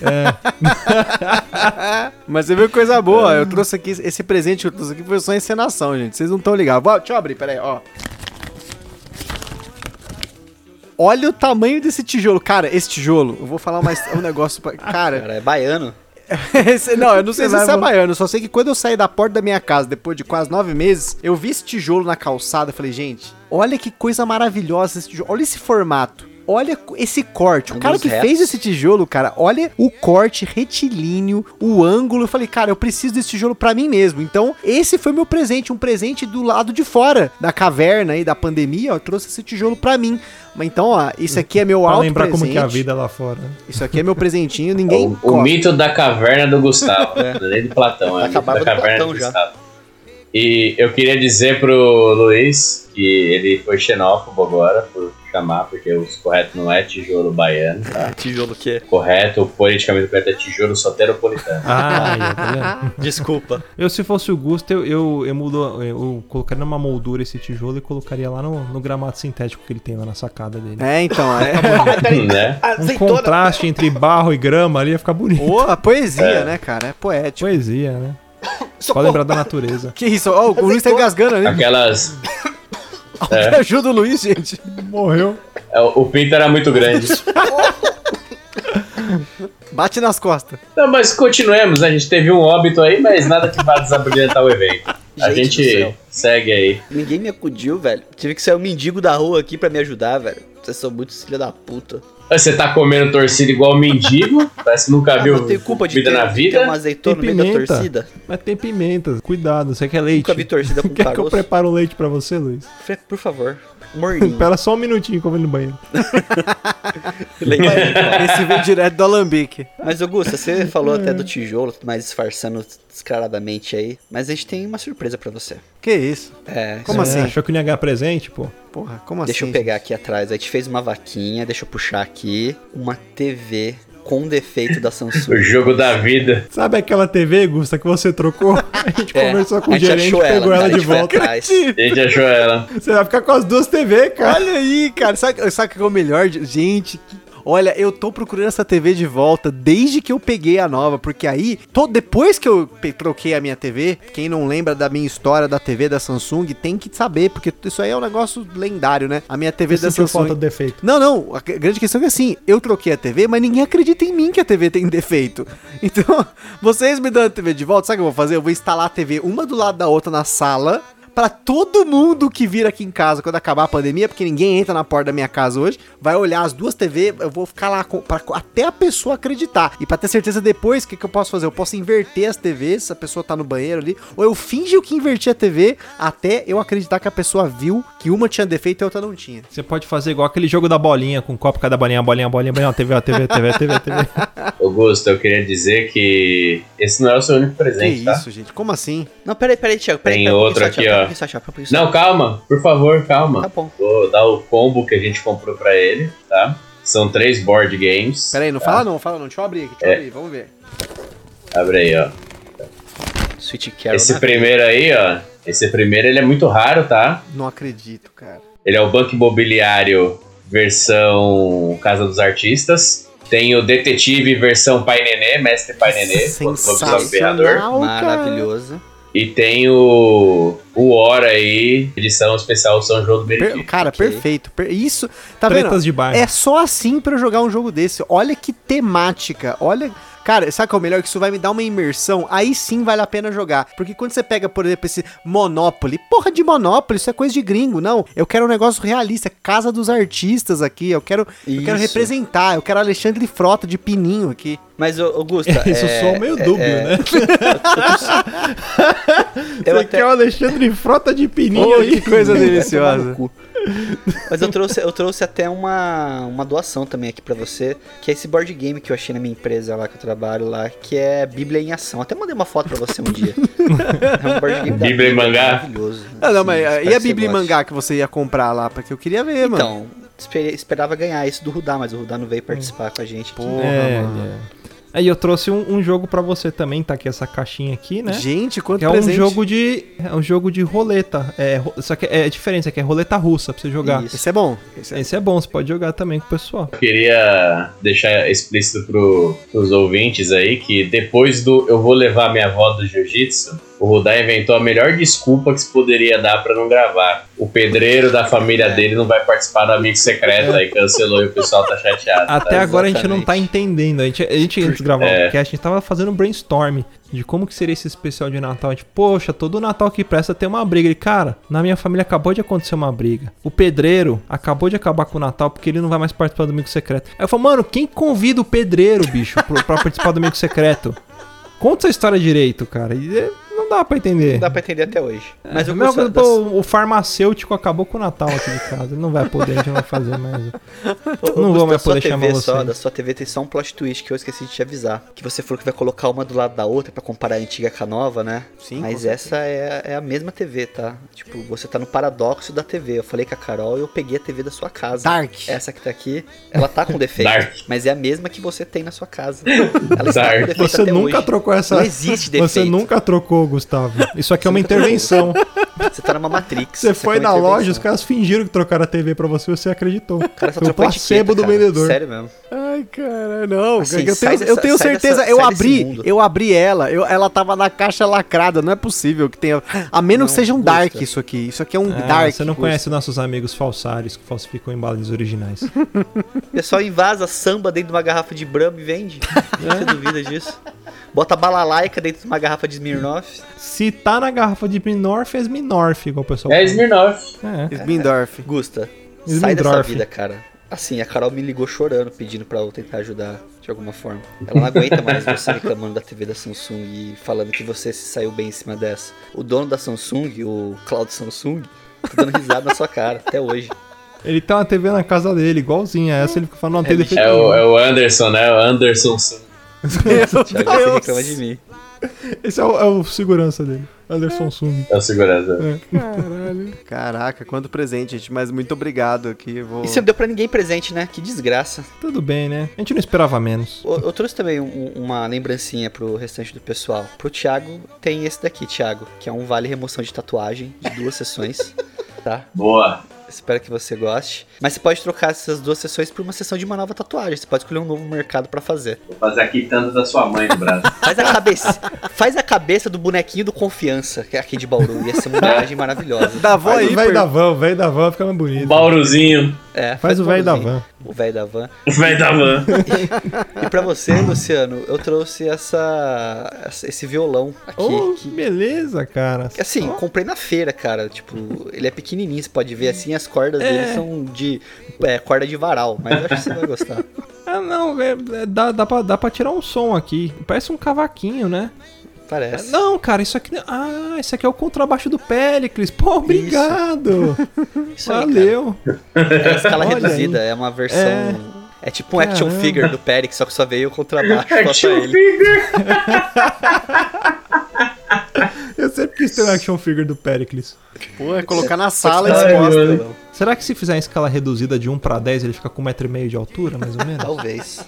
Speaker 3: Mas você viu que coisa boa. Eu trouxe aqui. Esse presente que eu trouxe aqui foi só encenação, gente. Vocês não estão ligados. Vó, Deixa eu abrir, peraí, ó. Olha o tamanho desse tijolo. Cara, esse tijolo, eu vou falar mais um negócio pra. Cara,
Speaker 2: Cara, é baiano.
Speaker 1: (laughs)
Speaker 3: esse- não, eu não sei
Speaker 1: Você
Speaker 3: se
Speaker 1: vai
Speaker 3: isso é
Speaker 1: voltar.
Speaker 3: baiano, eu só sei que quando eu saí da porta da minha casa, depois de quase nove meses, eu vi esse tijolo na calçada. eu Falei, gente, olha que coisa maravilhosa esse tijolo. Olha esse formato. olha esse corte. O
Speaker 2: Um
Speaker 3: cara
Speaker 2: dos
Speaker 3: que
Speaker 2: retos.
Speaker 3: fez esse tijolo, cara, olha o corte retilíneo, o ângulo. Eu falei, cara, eu preciso desse tijolo pra mim mesmo. Então, esse foi meu presente, um presente do lado de fora da caverna aí, da pandemia. ó, Eu trouxe esse tijolo pra mim. Mas então, ó, isso aqui é meu
Speaker 1: Pra
Speaker 3: alto
Speaker 1: lembrar
Speaker 3: presente.
Speaker 1: como que é a vida lá
Speaker 2: (laughs)
Speaker 1: fora.
Speaker 3: Isso aqui é meu presentinho,
Speaker 4: É
Speaker 3: ninguém.
Speaker 4: O, o
Speaker 3: cobra.
Speaker 4: mito da caverna do Gustavo.
Speaker 2: (laughs)
Speaker 4: Não é nem do Platão, é o mito
Speaker 2: Acabava do
Speaker 4: da caverna
Speaker 2: Platão
Speaker 4: do
Speaker 2: já.
Speaker 4: Gustavo. E eu queria dizer pro Luiz que ele foi xenófobo agora por chamar, porque o correto não é tijolo baiano,
Speaker 1: Ah.
Speaker 4: tá?
Speaker 2: É, Tijolo que?
Speaker 4: Correto, o politicamente correto é
Speaker 2: (laughs)
Speaker 4: tijolo soteropolitano.
Speaker 1: Ah, aí, ó, tá vendo?
Speaker 2: Desculpa.
Speaker 1: Eu, se fosse o Gusto, eu, eu, eu, mudo- eu colocaria numa moldura esse tijolo e colocaria lá no, no gramado sintético que ele tem lá na sacada dele.
Speaker 3: É, então, é.
Speaker 1: Tá
Speaker 4: né?
Speaker 2: Ah,
Speaker 1: Um contraste entre barro e grama ali ia ficar bonito.
Speaker 3: Ô, a poesia,
Speaker 4: É.
Speaker 3: né, cara? É poético.
Speaker 1: (laughs) Poesia, né? Só
Speaker 2: Socorro.
Speaker 1: lembrar da natureza.
Speaker 3: Que isso? Ó, o Luiz tá engasgando ali.
Speaker 4: Aquelas.
Speaker 2: É.
Speaker 3: Me (laughs) Ajuda o Luiz, gente.
Speaker 1: Morreu.
Speaker 4: é, O pinto era muito grande.
Speaker 3: Bate nas costas.
Speaker 4: Não, mas continuemos, né? a gente teve um óbito aí, mas nada que vá desabrilhantar o evento. A
Speaker 2: Gente do
Speaker 4: gente
Speaker 2: céu.
Speaker 4: segue aí.
Speaker 2: Ninguém me acudiu, velho. Tive que sair um mendigo da rua aqui pra me ajudar, velho. Vocês são muito filha da puta.
Speaker 4: Você tá comendo torcida igual mendigo,
Speaker 2: (laughs)
Speaker 4: parece que nunca viu
Speaker 2: eu tenho Ah, culpa de
Speaker 4: vida
Speaker 2: ter,
Speaker 4: na
Speaker 2: de
Speaker 4: vida.
Speaker 2: ter uma azeitona no
Speaker 1: Tem
Speaker 2: meio da
Speaker 1: pimenta.
Speaker 2: torcida.
Speaker 1: Mas tem pimenta, cuidado, você quer leite?
Speaker 2: Nunca vi torcida com
Speaker 1: Quer que eu
Speaker 2: caroço.
Speaker 1: prepare o leite pra você, Luiz?
Speaker 2: Fre- Por favor, morninho.
Speaker 1: Espera só um minutinho que eu vou no banheiro.
Speaker 2: Leite.
Speaker 3: Esse veio direto do Alambique.
Speaker 2: Mas, Augusta, você falou até do tijolo, mas disfarçando descaradamente aí. Mas a gente tem uma surpresa pra você.
Speaker 3: Que isso?
Speaker 2: É,
Speaker 3: Como
Speaker 1: É,
Speaker 3: assim?
Speaker 1: Achou que não ia ganhar presente, pô?
Speaker 3: Porra, como
Speaker 2: Deixa
Speaker 3: assim?
Speaker 2: eu pegar aqui atrás. A gente fez uma vaquinha, deixa eu puxar aqui. Uma TV com defeito da
Speaker 4: O
Speaker 2: Samsung.
Speaker 4: jogo da
Speaker 2: (laughs)
Speaker 4: vida.
Speaker 1: Sabe aquela TV, Gusta, que você trocou? A gente
Speaker 2: É,
Speaker 1: conversou com
Speaker 2: a
Speaker 1: o
Speaker 2: gente
Speaker 1: gerente,
Speaker 2: achou ela, né?
Speaker 1: pegou ela,
Speaker 2: a
Speaker 1: de
Speaker 2: gente foi
Speaker 1: volta.
Speaker 2: atrás.
Speaker 4: A gente achou ela.
Speaker 1: (laughs) Você vai ficar com as duas TV, cara.
Speaker 3: Olha aí, cara. Sabe, sabe o que é o melhor? Gente, que- olha, eu tô procurando essa TV de volta desde que eu peguei a nova, porque aí, to- depois que eu pe- troquei a minha TV, quem não lembra da minha história da TV da Samsung tem que saber, porque isso aí é um negócio lendário, né? A minha TV da
Speaker 1: Sentiu
Speaker 3: Samsung.
Speaker 1: falta do defeito.
Speaker 3: Não, não, a grande questão é que assim, eu troquei a TV, mas ninguém acredita em mim que a TV tem defeito. (laughs) Então, vocês me dando a TV de volta, sabe o que eu vou fazer? Eu vou instalar a TV uma do lado da outra na sala, pra todo mundo que vir aqui em casa quando acabar a pandemia, porque ninguém entra na porta da minha casa hoje, vai olhar as duas TV, eu vou ficar lá com- pra- até a pessoa acreditar. E pra ter certeza depois, o que, que eu posso fazer? Eu posso inverter as TVs, se a pessoa tá no banheiro ali, ou eu finjo que inverti a TV até eu acreditar que a pessoa viu que uma tinha defeito e a outra não tinha.
Speaker 1: Você pode fazer igual aquele jogo da bolinha, com copo cada bolinha, bolinha, bolinha, bolinha, TV, ó, TV, TV, TV,
Speaker 3: (laughs)
Speaker 1: TV.
Speaker 3: Tá
Speaker 4: Augusto, eu queria dizer que esse não é o seu único
Speaker 3: Que
Speaker 4: presente, tá?
Speaker 3: isso, gente? Como assim?
Speaker 2: Não, peraí, peraí, Thiago. Peraí,
Speaker 4: Tem
Speaker 2: peraí, um
Speaker 4: outro
Speaker 2: pouquinho só,
Speaker 4: aqui, ó.
Speaker 2: Thiago, peraí, um pouquinho só,
Speaker 4: Não, calma, por favor, calma.
Speaker 2: Tá bom.
Speaker 4: Vou dar o combo que a gente comprou pra ele, tá? São três board games.
Speaker 3: Pera aí, não fala não, fala não. Deixa eu abrir aqui, deixa eu abrir, vamos ver.
Speaker 4: Abre aí, ó.
Speaker 2: Sweet Carol.
Speaker 4: esse
Speaker 2: né?
Speaker 4: primeiro aí, ó. Esse primeiro ele é muito raro, tá?
Speaker 3: Não acredito, cara.
Speaker 4: Ele é o Banco Imobiliário versão Casa dos Artistas. Tem o Detetive versão Pai Nenê, Mestre Pai Nenê, Lobisomem Berrador.
Speaker 3: Sensacional, cara.
Speaker 2: Maravilhoso.
Speaker 4: E tem o o Hora aí, edição especial São João do
Speaker 3: Per-
Speaker 4: Meriti.
Speaker 3: cara,
Speaker 2: Ok.
Speaker 3: perfeito. per- Isso, tá
Speaker 1: Tretas
Speaker 3: vendo?
Speaker 1: de bairro.
Speaker 3: É só assim pra eu jogar um jogo desse. Olha que temática, olha... Cara, sabe o que é o melhor? Que isso vai me dar uma imersão, aí sim vale a pena jogar. Porque quando você pega, por exemplo, esse Monopoly, porra de Monopoly, isso é coisa de gringo, não. Eu quero um negócio realista, casa dos artistas aqui, eu quero, eu quero
Speaker 2: Isso.
Speaker 3: representar, eu quero Alexandre Frota de Pininho aqui.
Speaker 2: Mas, ô, Augusta.
Speaker 1: (laughs) Isso
Speaker 2: é,
Speaker 1: só meio dúbio, né?
Speaker 2: Eu
Speaker 1: Você
Speaker 2: até-
Speaker 1: quer o Alexandre Frota de Pininho
Speaker 3: Ô,
Speaker 1: aí?
Speaker 3: que
Speaker 2: (laughs)
Speaker 3: coisa
Speaker 2: Vai tomar
Speaker 3: deliciosa.
Speaker 2: no cu. Mas eu trouxe, eu trouxe até uma, uma doação também aqui pra você, que é esse board game que eu achei na minha empresa lá que eu trabalho lá, que é Bíblia em Ação. Até mandei uma foto pra você um dia. É um board game da
Speaker 4: Bíblia em mangá?
Speaker 2: Maravilhoso.
Speaker 3: Ah, não,
Speaker 2: Assim,
Speaker 3: mas
Speaker 2: espero
Speaker 3: e
Speaker 2: que
Speaker 3: a
Speaker 2: você
Speaker 3: Bíblia em
Speaker 2: goste.
Speaker 3: mangá que você ia comprar lá? Porque eu queria ver, mano.
Speaker 2: Então, espe- esperava ganhar isso do Rudá, mas o Rudá não veio participar com a gente. aqui.
Speaker 3: Porra,
Speaker 1: É,
Speaker 3: mano.
Speaker 1: é. Aí eu trouxe um, um jogo pra você também, tá aqui essa caixinha aqui, né?
Speaker 3: Gente, quanto
Speaker 1: Que é um
Speaker 3: presente.
Speaker 1: jogo de. É um jogo de roleta. É, ro- só que é diferente, isso aqui é roleta russa pra você jogar.
Speaker 2: Isso.
Speaker 3: Esse é bom. Esse é...
Speaker 1: Esse é bom, você pode jogar também com o pessoal.
Speaker 4: Eu queria deixar explícito pro, pros ouvintes aí que depois do Eu Vou Levar Minha Avó do Jiu-Jitsu, O Rudá inventou a melhor desculpa que se poderia dar pra não gravar. O pedreiro da família
Speaker 3: É.
Speaker 4: dele não vai participar do Amigo Secreto, aí cancelou e o pessoal tá chateado. tá?
Speaker 1: Até agora a gente não
Speaker 4: Exatamente.
Speaker 1: tá entendendo. A gente, a gente antes de gravar o
Speaker 4: É.
Speaker 1: podcast, a gente tava fazendo um brainstorm de como que seria esse especial de Natal. A gente, poxa, todo Natal que presta tem uma briga. E, cara, na minha família acabou de acontecer uma briga. O pedreiro acabou de acabar com o Natal porque ele não vai mais participar do Amigo Secreto. Aí eu falo, mano, quem convida o pedreiro, bicho, pro- pra participar do Amigo Secreto? Conta essa história direito, cara. E é, não dá pra entender.
Speaker 2: Não dá pra entender até hoje. Mas
Speaker 1: É,
Speaker 2: eu
Speaker 1: a mesma
Speaker 2: gosto
Speaker 1: coisa,
Speaker 2: das-
Speaker 1: pô, o farmacêutico acabou com o Natal aqui de casa. Ele não vai poder, a gente não vai fazer mais.
Speaker 2: (laughs) Ô,
Speaker 1: Não vou
Speaker 2: Augusto,
Speaker 1: mais
Speaker 2: da sua
Speaker 1: poder
Speaker 2: TV
Speaker 1: chamar
Speaker 2: só,
Speaker 1: você.
Speaker 2: Da sua TV tem só um plot twist que eu esqueci de te avisar. Que você falou que vai colocar uma do lado da outra pra comparar a antiga com a nova, né?
Speaker 3: Sim, com
Speaker 2: Mas
Speaker 3: certeza.
Speaker 2: essa é, é a mesma TV, tá? Tipo, você tá no paradoxo da TV. Eu falei com a Carol e eu peguei a TV da sua casa.
Speaker 3: Dark.
Speaker 2: Essa que tá aqui, ela tá com defeito.
Speaker 4: Dark.
Speaker 2: mas é a mesma que você tem na sua casa. Ela está
Speaker 4: Dark.
Speaker 2: com defeito
Speaker 1: Você
Speaker 2: até
Speaker 1: nunca
Speaker 2: hoje.
Speaker 1: trocou essa.
Speaker 2: Não existe defeito.
Speaker 1: Você nunca trocou, Gustavo. Isso aqui é uma
Speaker 2: Você nunca trocou.
Speaker 1: intervenção.
Speaker 2: Você tá numa Matrix.
Speaker 1: Você
Speaker 2: tá
Speaker 1: foi
Speaker 2: com
Speaker 1: na
Speaker 2: intervenção.
Speaker 1: loja, os caras fingiram que trocaram a TV pra você, você acreditou.
Speaker 2: O cara só
Speaker 1: Foi o
Speaker 2: trocou a
Speaker 1: placebo
Speaker 2: etiqueta,
Speaker 1: do
Speaker 2: cara.
Speaker 1: vendedor.
Speaker 2: Sério mesmo.
Speaker 3: Ai, cara, não.
Speaker 2: Assim,
Speaker 3: eu
Speaker 2: sai
Speaker 3: tenho,
Speaker 2: dessa-
Speaker 3: eu tenho
Speaker 2: sai
Speaker 3: certeza,
Speaker 2: dessa-
Speaker 3: eu
Speaker 2: sai desse
Speaker 3: abri,
Speaker 2: mundo.
Speaker 3: eu abri ela, eu- ela tava na caixa lacrada, não é possível que tenha, a menos que seja um
Speaker 2: custa.
Speaker 3: dark isso aqui, isso aqui é um
Speaker 1: Ah,
Speaker 3: dark.
Speaker 1: você não
Speaker 3: custa.
Speaker 1: conhece nossos amigos falsários que falsificam embalagens originais.
Speaker 2: O pessoal invasa samba dentro de uma garrafa de Brahma e vende.
Speaker 3: (laughs)
Speaker 2: Você duvida disso? Bota balalaica dentro de uma garrafa de Smirnoff.
Speaker 1: Se tá na garrafa de Minorf, é Sminorf, igual o pessoal
Speaker 4: É Smirnoff.
Speaker 1: fala. É.
Speaker 2: (laughs)
Speaker 3: Sbindorf.
Speaker 2: Gusta,
Speaker 1: Smirnoff.
Speaker 2: sai dessa vida, cara. Assim, a Carol me ligou chorando, pedindo pra eu tentar ajudar de alguma forma. Ela não aguenta mais
Speaker 3: (laughs)
Speaker 2: você reclamando da TV da Samsung e falando que você se saiu bem em cima dessa. O dono da Samsung, o Cloud Samsung, tá dando risada na sua cara até hoje.
Speaker 1: Ele tem uma TV na casa dele, igualzinha essa, ele fica falando, não tem defeito.
Speaker 4: É o,
Speaker 1: nenhum."
Speaker 4: é o Anderson, né? O Anderson.
Speaker 3: Meu
Speaker 2: Já já você
Speaker 3: Deus.
Speaker 2: reclama de mim.
Speaker 1: Esse é o, é o segurança dele, Anderson Sung.
Speaker 4: É o segurança.
Speaker 3: Caraca, quanto presente, gente, mas muito obrigado aqui, eu vou...
Speaker 2: E você não deu pra ninguém presente, né? Que desgraça.
Speaker 1: Tudo bem, né? A gente não esperava menos.
Speaker 2: Eu, eu trouxe também um- uma lembrancinha pro restante do pessoal. Pro Thiago, tem esse daqui, Thiago, que é um vale remoção de tatuagem de duas
Speaker 1: (laughs)
Speaker 2: sessões. Tá?
Speaker 4: Boa.
Speaker 2: Espero que você goste. Mas você pode trocar essas duas sessões por uma sessão de uma nova tatuagem. Você pode escolher um novo mercado pra fazer.
Speaker 4: Vou fazer aqui tanto da sua mãe no braço.
Speaker 2: Faz a cabeça,
Speaker 1: (laughs)
Speaker 2: faz a cabeça do bonequinho do Confiança, que é aqui de Bauru. Ia ser uma imagem maravilhosa.
Speaker 3: Da avó
Speaker 1: Faz o
Speaker 3: aí,
Speaker 1: velho da van, o velho da van fica mais bonito.
Speaker 4: O Bauruzinho.
Speaker 2: É,
Speaker 1: Faz o velho da
Speaker 2: Bauruzinho.
Speaker 1: van.
Speaker 2: O velho da van.
Speaker 4: Vai dar van.
Speaker 2: E pra você, Luciano, eu trouxe essa, essa- esse violão aqui.
Speaker 1: Oh,
Speaker 2: que-
Speaker 1: beleza, cara.
Speaker 2: Assim, comprei na feira, cara. Tipo, ele é pequenininho, você pode ver assim, as cordas dele são de é, corda de varal, mas eu acho que você vai gostar.
Speaker 1: Ah, não, é- é- dá, dá, pra, dá pra tirar um som aqui. Parece um cavaquinho, né?
Speaker 2: Parece.
Speaker 1: Não, cara, isso aqui. não- Ah, isso aqui é o contrabaixo do Pericles. Pô, (laughs) obrigado.
Speaker 2: Isso aí,
Speaker 1: Valeu.
Speaker 2: cara. É uma escala
Speaker 1: Olha
Speaker 2: reduzida, é uma versão. É, tipo um action
Speaker 1: Caramba.
Speaker 2: figure do Perix, só que só veio o contrabaixo. só pra
Speaker 4: Action
Speaker 2: ele.
Speaker 4: figure.
Speaker 1: Eu sempre quis ter um action figure do Pericles.
Speaker 3: pô, é colocar na sala e
Speaker 4: Ai,
Speaker 3: exposta.
Speaker 4: mano.
Speaker 2: Violão.
Speaker 1: Será que se fizer em escala reduzida de 1 pra 10, ele fica com 1,5m de altura, mais ou menos?
Speaker 2: Talvez.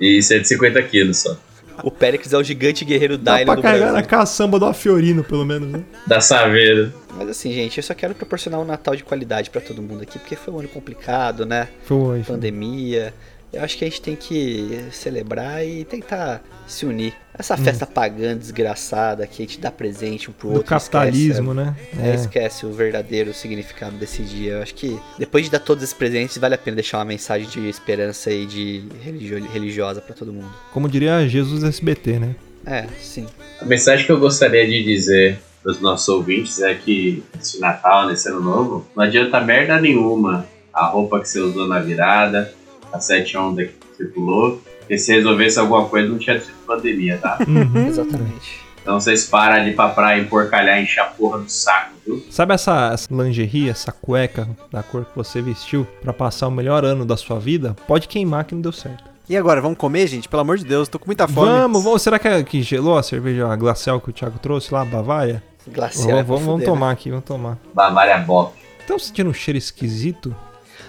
Speaker 4: E 150 quilos só.
Speaker 2: O Perix é o gigante guerreiro
Speaker 1: Dá
Speaker 2: Dylan
Speaker 1: pra
Speaker 2: do
Speaker 1: carregar na
Speaker 2: Brasil.
Speaker 1: caçamba do Fiorino, pelo menos, né?
Speaker 4: Da Saveiro.
Speaker 2: Mas assim, gente, eu só quero proporcionar um Natal de qualidade pra todo mundo aqui, porque foi um ano complicado, né?
Speaker 1: Foi.
Speaker 2: pandemia. Eu acho que a gente tem que celebrar e tentar se unir. Essa festa pagã desgraçada que a gente dá presente um pro
Speaker 1: Hum. Do
Speaker 2: outro.
Speaker 1: capitalismo, né?
Speaker 2: Esquece, é, esquece o verdadeiro significado desse dia. Eu acho que depois de dar todos esses presentes, vale a pena deixar uma mensagem de esperança e de religio- religiosa pra todo mundo.
Speaker 1: Como diria Jesus SBT, né?
Speaker 2: É, sim.
Speaker 4: A mensagem que eu gostaria de dizer para os nossos ouvintes é que nesse Natal, nesse Ano Novo, não adianta merda nenhuma a roupa que você usou na virada, a sete onda que você pulou, porque se resolvesse alguma coisa não tinha sido pandemia, tá?
Speaker 1: Uhum.
Speaker 2: Exatamente.
Speaker 4: Então vocês param ali pra praia emporcalhar, encher a porra do saco, viu?
Speaker 1: (laughs) Sabe essa, essa lingerie, essa cueca da cor que você vestiu pra passar o melhor ano da sua vida? Pode queimar que não deu certo.
Speaker 3: E agora, vamos comer, gente? Pelo amor de Deus, tô com muita fome.
Speaker 1: Vamos, vamos. Será que, é que gelou a cerveja a glacial que o Thiago trouxe lá, a Bavária?
Speaker 2: Glacial. é
Speaker 1: Vamos,
Speaker 2: pra
Speaker 1: vamos- vamos
Speaker 2: fuder, né?
Speaker 1: tomar aqui, vamos tomar.
Speaker 4: Bavária Bop.
Speaker 1: Estão sentindo um cheiro esquisito?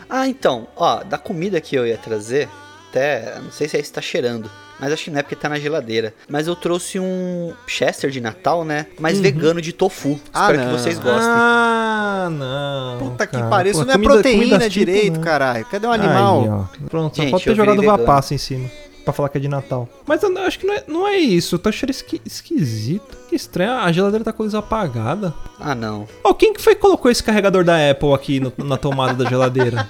Speaker 2: Ah, então, ó, da comida que eu ia trazer, até, não sei se é aí está tá cheirando, mas acho que não é porque tá na geladeira. Mas eu trouxe um Chester de Natal, né? Mas vegano de tofu.
Speaker 3: Ah,
Speaker 2: Espero
Speaker 3: não.
Speaker 2: que vocês gostem.
Speaker 1: Uhum. Ah, não.
Speaker 3: Puta que
Speaker 1: cara.
Speaker 3: pariu, isso
Speaker 1: Pô,
Speaker 3: não é
Speaker 1: comida-
Speaker 3: proteína
Speaker 1: comidas tipo,
Speaker 3: direito,
Speaker 1: né?
Speaker 3: caralho. Cadê o animal?
Speaker 1: Aí, ó. Pronto, só
Speaker 2: Gente,
Speaker 1: pode
Speaker 2: eu
Speaker 1: ter
Speaker 2: virei
Speaker 1: jogado uma
Speaker 2: vegano.
Speaker 1: passa em cima. pra falar que é de Natal. Mas eu não- acho que não é, não é isso. Tá cheiro esqui- esquisito. Que estranho. A geladeira tá com a luz apagada.
Speaker 2: Ah, não.
Speaker 1: Ô, quem que foi que colocou esse carregador da Apple aqui no- na tomada da (laughs) geladeira?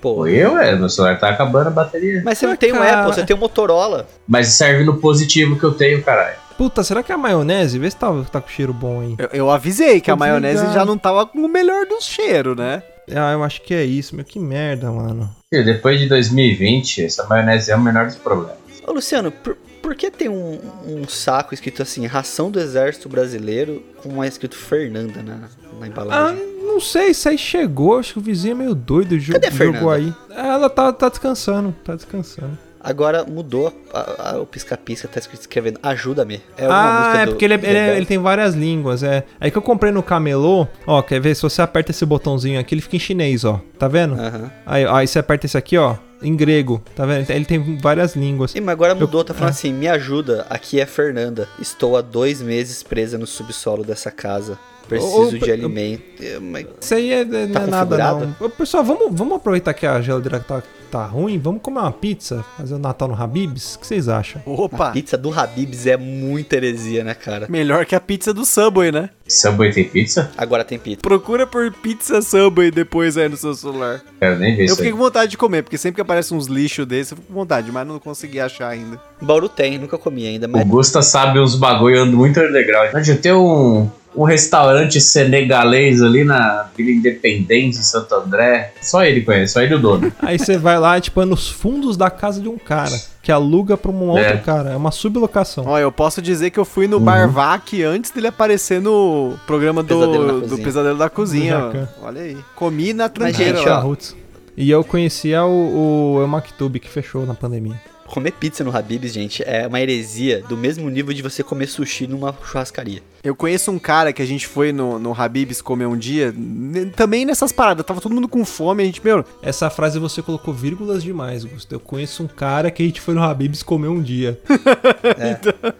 Speaker 2: Pô.
Speaker 4: Eu, é, meu celular tá acabando a bateria.
Speaker 2: Mas você não
Speaker 1: Ah,
Speaker 2: tem um
Speaker 1: cara.
Speaker 2: Apple, você tem um Motorola.
Speaker 4: Mas serve no positivo que eu tenho, caralho.
Speaker 1: Puta, será que é a maionese? Vê se tá, tá com cheiro bom aí.
Speaker 3: Eu, eu avisei que a
Speaker 1: Tô
Speaker 3: maionese
Speaker 1: desligado.
Speaker 3: já não tava com o melhor dos cheiros, né?
Speaker 1: Ah, eu acho que é isso, meu. Que merda, mano.
Speaker 4: Filho, depois de 2020, essa maionese é o menor dos problemas.
Speaker 2: Ô, Luciano, por, por que tem um, um saco escrito assim, ração do exército brasileiro, com uma escrito Fernanda na, na
Speaker 1: Ah,
Speaker 2: embalagem?
Speaker 1: não sei, isso aí chegou. Acho que o vizinho é meio doido. jo-
Speaker 2: Cadê a
Speaker 1: jogou
Speaker 2: Fernanda?
Speaker 1: aí. Ela tá, tá descansando, tá descansando.
Speaker 2: Agora mudou a- a- o pisca-pisca, tá escrito escrevendo ajuda-me. É uma
Speaker 1: ah,
Speaker 2: música
Speaker 1: é
Speaker 2: do-
Speaker 1: porque ele,
Speaker 2: do
Speaker 1: ele-
Speaker 2: Rebelde.
Speaker 1: ele tem várias línguas, é. Aí que eu comprei no camelô, ó, quer ver? Se você aperta esse botãozinho aqui, ele fica em chinês, ó. Tá vendo?
Speaker 2: Aham.
Speaker 1: Aí, aí você aperta esse aqui, ó, em grego. Tá vendo? Ele tem várias línguas.
Speaker 2: Ih, mas agora mudou, tá falando assim, me ajuda, aqui é Fernanda. Estou há dois meses presa no subsolo dessa casa.
Speaker 1: Ô, ô,
Speaker 2: Preciso de
Speaker 1: eu-
Speaker 2: alimento. É, mas-
Speaker 1: Isso aí é, é- não é nada,
Speaker 2: Tá configurado?
Speaker 1: não. Ô, Pessoal, vamos, vamos aproveitar que a geladeira tá, tá ruim, vamos comer uma pizza, fazer o Natal no Habibs? O que vocês acham?
Speaker 3: Opa,
Speaker 2: Ah, Pizza do Habib's é muita heresia, né, cara?
Speaker 3: melhor que a pizza do Subway, né?
Speaker 4: Subway tem pizza?
Speaker 2: Agora tem pizza.
Speaker 3: Procura por pizza Subway depois aí no seu celular.
Speaker 4: Quero nem ver
Speaker 3: Eu
Speaker 4: isso
Speaker 3: fiquei
Speaker 4: aí.
Speaker 3: com vontade de comer, porque sempre que aparece uns lixos desses, eu fico com vontade, mas não consegui achar ainda.
Speaker 2: Bauru tem, nunca comi ainda,
Speaker 4: O
Speaker 2: mas
Speaker 4: Gusta sabe uns bagulho ando muito underground. Mas eu tenho um, um restaurante senegalês ali na Vila Independência, em Santo André. Só ele conhece, só ele
Speaker 1: (laughs)
Speaker 4: o dono.
Speaker 1: Aí você vai lá, tipo, é nos fundos da casa de um cara, que aluga pra um outro
Speaker 4: É.
Speaker 1: cara. É uma sublocação.
Speaker 3: Ó, eu posso dizer que eu fui
Speaker 1: Uhum.
Speaker 3: no Bar Vac antes dele aparecer no programa do
Speaker 2: Pesadelo na Cozinha.
Speaker 3: Pesadelo da Cozinha. Do Pesadelo da Cozinha
Speaker 1: Do Jacan.
Speaker 3: ó. Olha aí. Comi na tranqueira
Speaker 2: gente,
Speaker 3: lá.
Speaker 2: ó.
Speaker 1: Charrutes. E eu conhecia o, o El Maktub, que fechou na pandemia.
Speaker 2: comer pizza no Habib's, gente, é uma heresia do mesmo nível de você comer sushi numa churrascaria.
Speaker 3: Eu conheço um cara que a gente foi no, no Habib's comer um dia, n- também nessas paradas, tava todo mundo com fome, a gente, meu,
Speaker 1: Essa frase você colocou vírgulas demais, Gusto. Eu conheço um cara que a gente foi no Habibs comer um dia.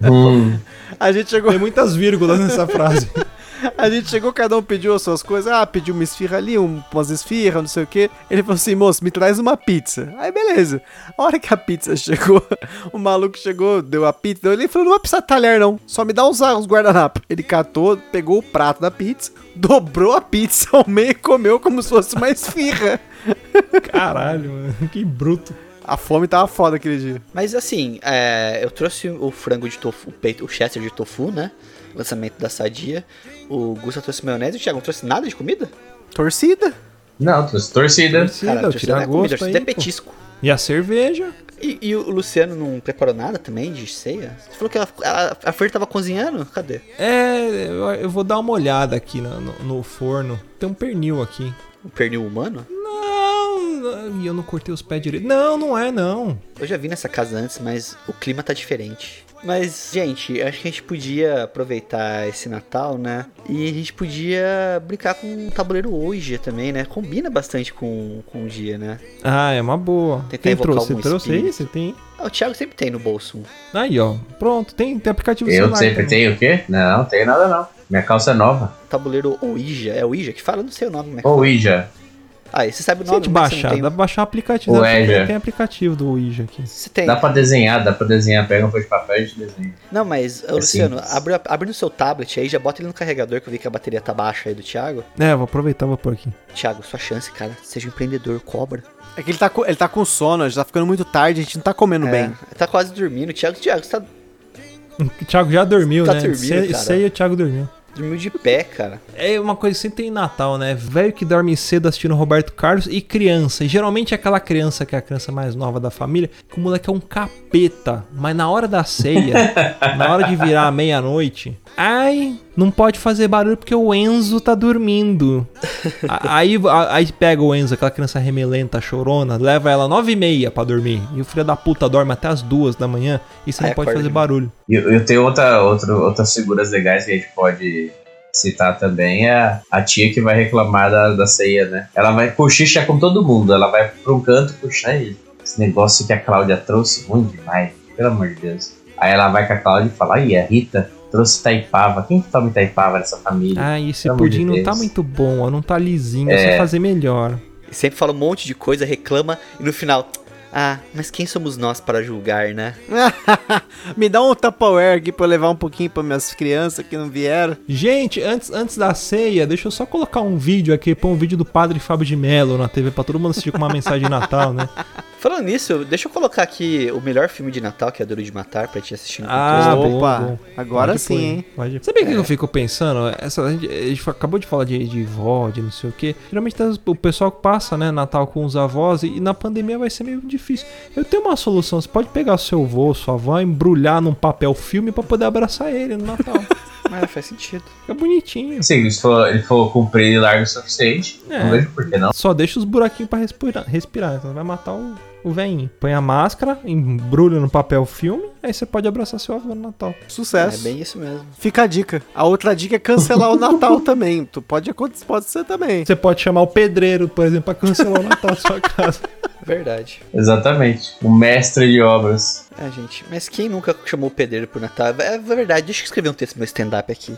Speaker 4: Hum.
Speaker 3: a gente chegou,
Speaker 1: Tem muitas vírgulas nessa
Speaker 2: (laughs)
Speaker 1: frase.
Speaker 3: a gente chegou, cada um pediu as suas coisas, ah, pediu uma esfirra ali, um- umas esfirras, não sei o quê. Ele falou assim, moço, me traz uma pizza. Aí, beleza. A hora que a pizza (laughs) chegou, o maluco chegou, deu a pizza, deu- ele falou, não vai precisar de talher não, só me dá uns, uns guardanapos. Ele catou, pegou o prato da pizza, dobrou a pizza ao meio e comeu como se fosse uma esfirra.
Speaker 1: Caralho, mano. Que bruto.
Speaker 3: A fome tava foda aquele dia.
Speaker 2: Mas assim, é, eu trouxe o frango de tofu, o peito, o chester de tofu, né? Lançamento da Sadia. O Gusta trouxe maionese. O Thiago não trouxe nada de comida?
Speaker 3: Torcida.
Speaker 4: Não, trouxe torcida.
Speaker 1: Torcida, eu
Speaker 2: torcida não
Speaker 1: tirar
Speaker 2: é comida,
Speaker 1: gosto
Speaker 2: torcida
Speaker 1: aí,
Speaker 2: é
Speaker 1: pô.
Speaker 2: petisco.
Speaker 1: E a cerveja?
Speaker 2: E, e o Luciano não preparou nada também de ceia? Você falou que ela- ela- a Fer tava cozinhando? Cadê?
Speaker 1: É, eu, eu vou dar uma olhada aqui na- no, no forno. Tem um pernil aqui.
Speaker 2: O pernil humano?
Speaker 1: Não, não, e eu não cortei os pés direito. Não, não é, não.
Speaker 2: Eu já vi nessa casa antes, mas o clima tá diferente. Mas, gente, acho que a gente podia aproveitar esse Natal, né? E a gente podia brincar com o tabuleiro hoje também, né? Combina bastante com, com o dia, né?
Speaker 1: Ah, é uma boa.
Speaker 2: Tentar
Speaker 1: Quem
Speaker 2: evocar
Speaker 1: trouxe? Você
Speaker 2: algum
Speaker 1: trouxe aí?
Speaker 2: espírito.
Speaker 1: Você tem?
Speaker 2: Ah, o Thiago sempre tem no bolso. um.
Speaker 1: Aí, ó. Pronto, tem, tem aplicativo
Speaker 4: Eu
Speaker 1: celular né?
Speaker 4: sempre
Speaker 1: também.
Speaker 4: tenho o quê? Não, não tenho nada não. Minha calça é nova.
Speaker 2: Tabuleiro Ouija. É Ouija que fala? Eu Não sei o nome. Como é que
Speaker 4: Ou Ija.
Speaker 2: fala. Ah, e você sabe o
Speaker 1: Se a
Speaker 2: nome?
Speaker 1: gente
Speaker 2: como é que você
Speaker 1: baixar,
Speaker 2: não tem?
Speaker 1: dá pra baixar o aplicativo.
Speaker 4: O é.
Speaker 1: dá pra-
Speaker 4: Ouija.
Speaker 1: Tem aplicativo do Ouija aqui.
Speaker 2: Você tem.
Speaker 4: Dá pra desenhar, dá pra desenhar. Pega um papel de papel e a gente desenha.
Speaker 2: Não, mas, ô,
Speaker 4: É
Speaker 2: Luciano,
Speaker 4: simples.
Speaker 2: abre, abre no seu tablet aí, já bota ele no carregador, que eu vi que a bateria tá baixa aí do Thiago.
Speaker 1: É, vou aproveitar, vou pôr aqui. (laughs)
Speaker 2: Thiago, sua chance, cara. Seja um empreendedor, cobra.
Speaker 3: É que ele tá, co- ele tá com sono, já tá ficando muito tarde, a gente não tá comendo bem. (laughs)
Speaker 2: É, tá quase dormindo. Thiago, Thiago, você tá,
Speaker 1: O Thiago já dormiu,
Speaker 2: Tá
Speaker 1: né?
Speaker 2: dormindo,
Speaker 1: Sei-
Speaker 2: cara.
Speaker 1: sei, o Thiago dormiu.
Speaker 2: dormiu de pé, cara.
Speaker 1: É uma coisa que sempre tem em Natal, né? Velho que dorme cedo assistindo Roberto Carlos e criança. E geralmente é aquela criança que é a criança mais nova da família, que o moleque é um capeta. Mas na hora da ceia, na hora de virar a meia-noite, ai, não pode fazer barulho porque o Enzo tá dormindo. A- aí, a- aí pega o Enzo, aquela criança remelenta, chorona, leva ela nove e meia pra dormir. E o filho da puta dorme até as duas da manhã e você
Speaker 2: Aí
Speaker 1: não pode
Speaker 2: acorda
Speaker 1: fazer
Speaker 2: de-
Speaker 1: barulho.
Speaker 4: E eu, eu tenho outra, outra, outras figuras legais que a gente pode citar também. É a, a tia que vai reclamar da, da ceia, né? Ela vai cochichar com todo mundo. Ela vai pra um canto puxar ele. Esse negócio que a Cláudia trouxe, ruim demais. Pelo amor de Deus. Aí ela vai com a Cláudia e fala, ai, é a Rita trouxe taipava. Quem que toma taipava nessa família?
Speaker 1: Ah, e esse
Speaker 4: Pelo amor de
Speaker 1: pudim não tá
Speaker 4: Deus.
Speaker 1: muito bom, ó, não tá lisinho, é
Speaker 4: É.
Speaker 1: só fazer melhor.
Speaker 2: Sempre fala um monte de coisa, reclama e no final. Ah, mas quem somos nós para julgar, né?
Speaker 3: Me dá um Tupperware aqui pra eu levar um pouquinho pra minhas crianças que não vieram.
Speaker 1: Gente, antes, antes da ceia, deixa eu só colocar um vídeo aqui, pôr um vídeo do padre Fábio de Mello na TV pra todo mundo assistir com uma mensagem de Natal, né?
Speaker 2: Falando nisso, deixa eu colocar aqui o melhor filme de Natal, que é Duro de Matar, pra te assistir no
Speaker 1: Ah,
Speaker 2: futuro.
Speaker 1: bom,
Speaker 3: Opa,
Speaker 1: bom.
Speaker 3: (laughs) agora
Speaker 1: Pode
Speaker 3: sim,
Speaker 1: pôr,
Speaker 3: hein?
Speaker 1: pode. Sabe o que eu fico pensando? Essa, a, gente, a gente acabou de falar de, de vó, de não sei o quê. Geralmente tá- o pessoal passa, né, Natal com os avós e, e na pandemia vai ser meio difícil. Eu tenho uma solução. Você pode pegar seu avô, sua avó, embrulhar num papel filme pra poder abraçar ele no
Speaker 3: (laughs)
Speaker 1: Natal.
Speaker 2: Ah, faz sentido.
Speaker 1: Fica bonitinho.
Speaker 4: Sim, se for, ele for comprido e largo o suficiente,
Speaker 1: É.
Speaker 4: não vejo por que não.
Speaker 1: Só deixa os buraquinhos pra respirar. respirar. Então vai matar o, o velhinho. Põe a máscara, embrulha no papel filme, aí você pode abraçar seu avô no Natal.
Speaker 2: É
Speaker 3: Sucesso.
Speaker 2: bem isso mesmo.
Speaker 3: Fica a dica. A outra dica
Speaker 1: (laughs)
Speaker 3: é cancelar o Natal também. Tu pode acontecer, pode ser também.
Speaker 1: Você pode chamar o pedreiro, por exemplo, pra cancelar o Natal da sua casa.
Speaker 2: Verdade.
Speaker 4: Exatamente. O mestre de obras.
Speaker 2: Ah, gente, mas quem nunca chamou o pedreiro pro Natal? É verdade, deixa eu escrever um texto no meu stand-up aqui.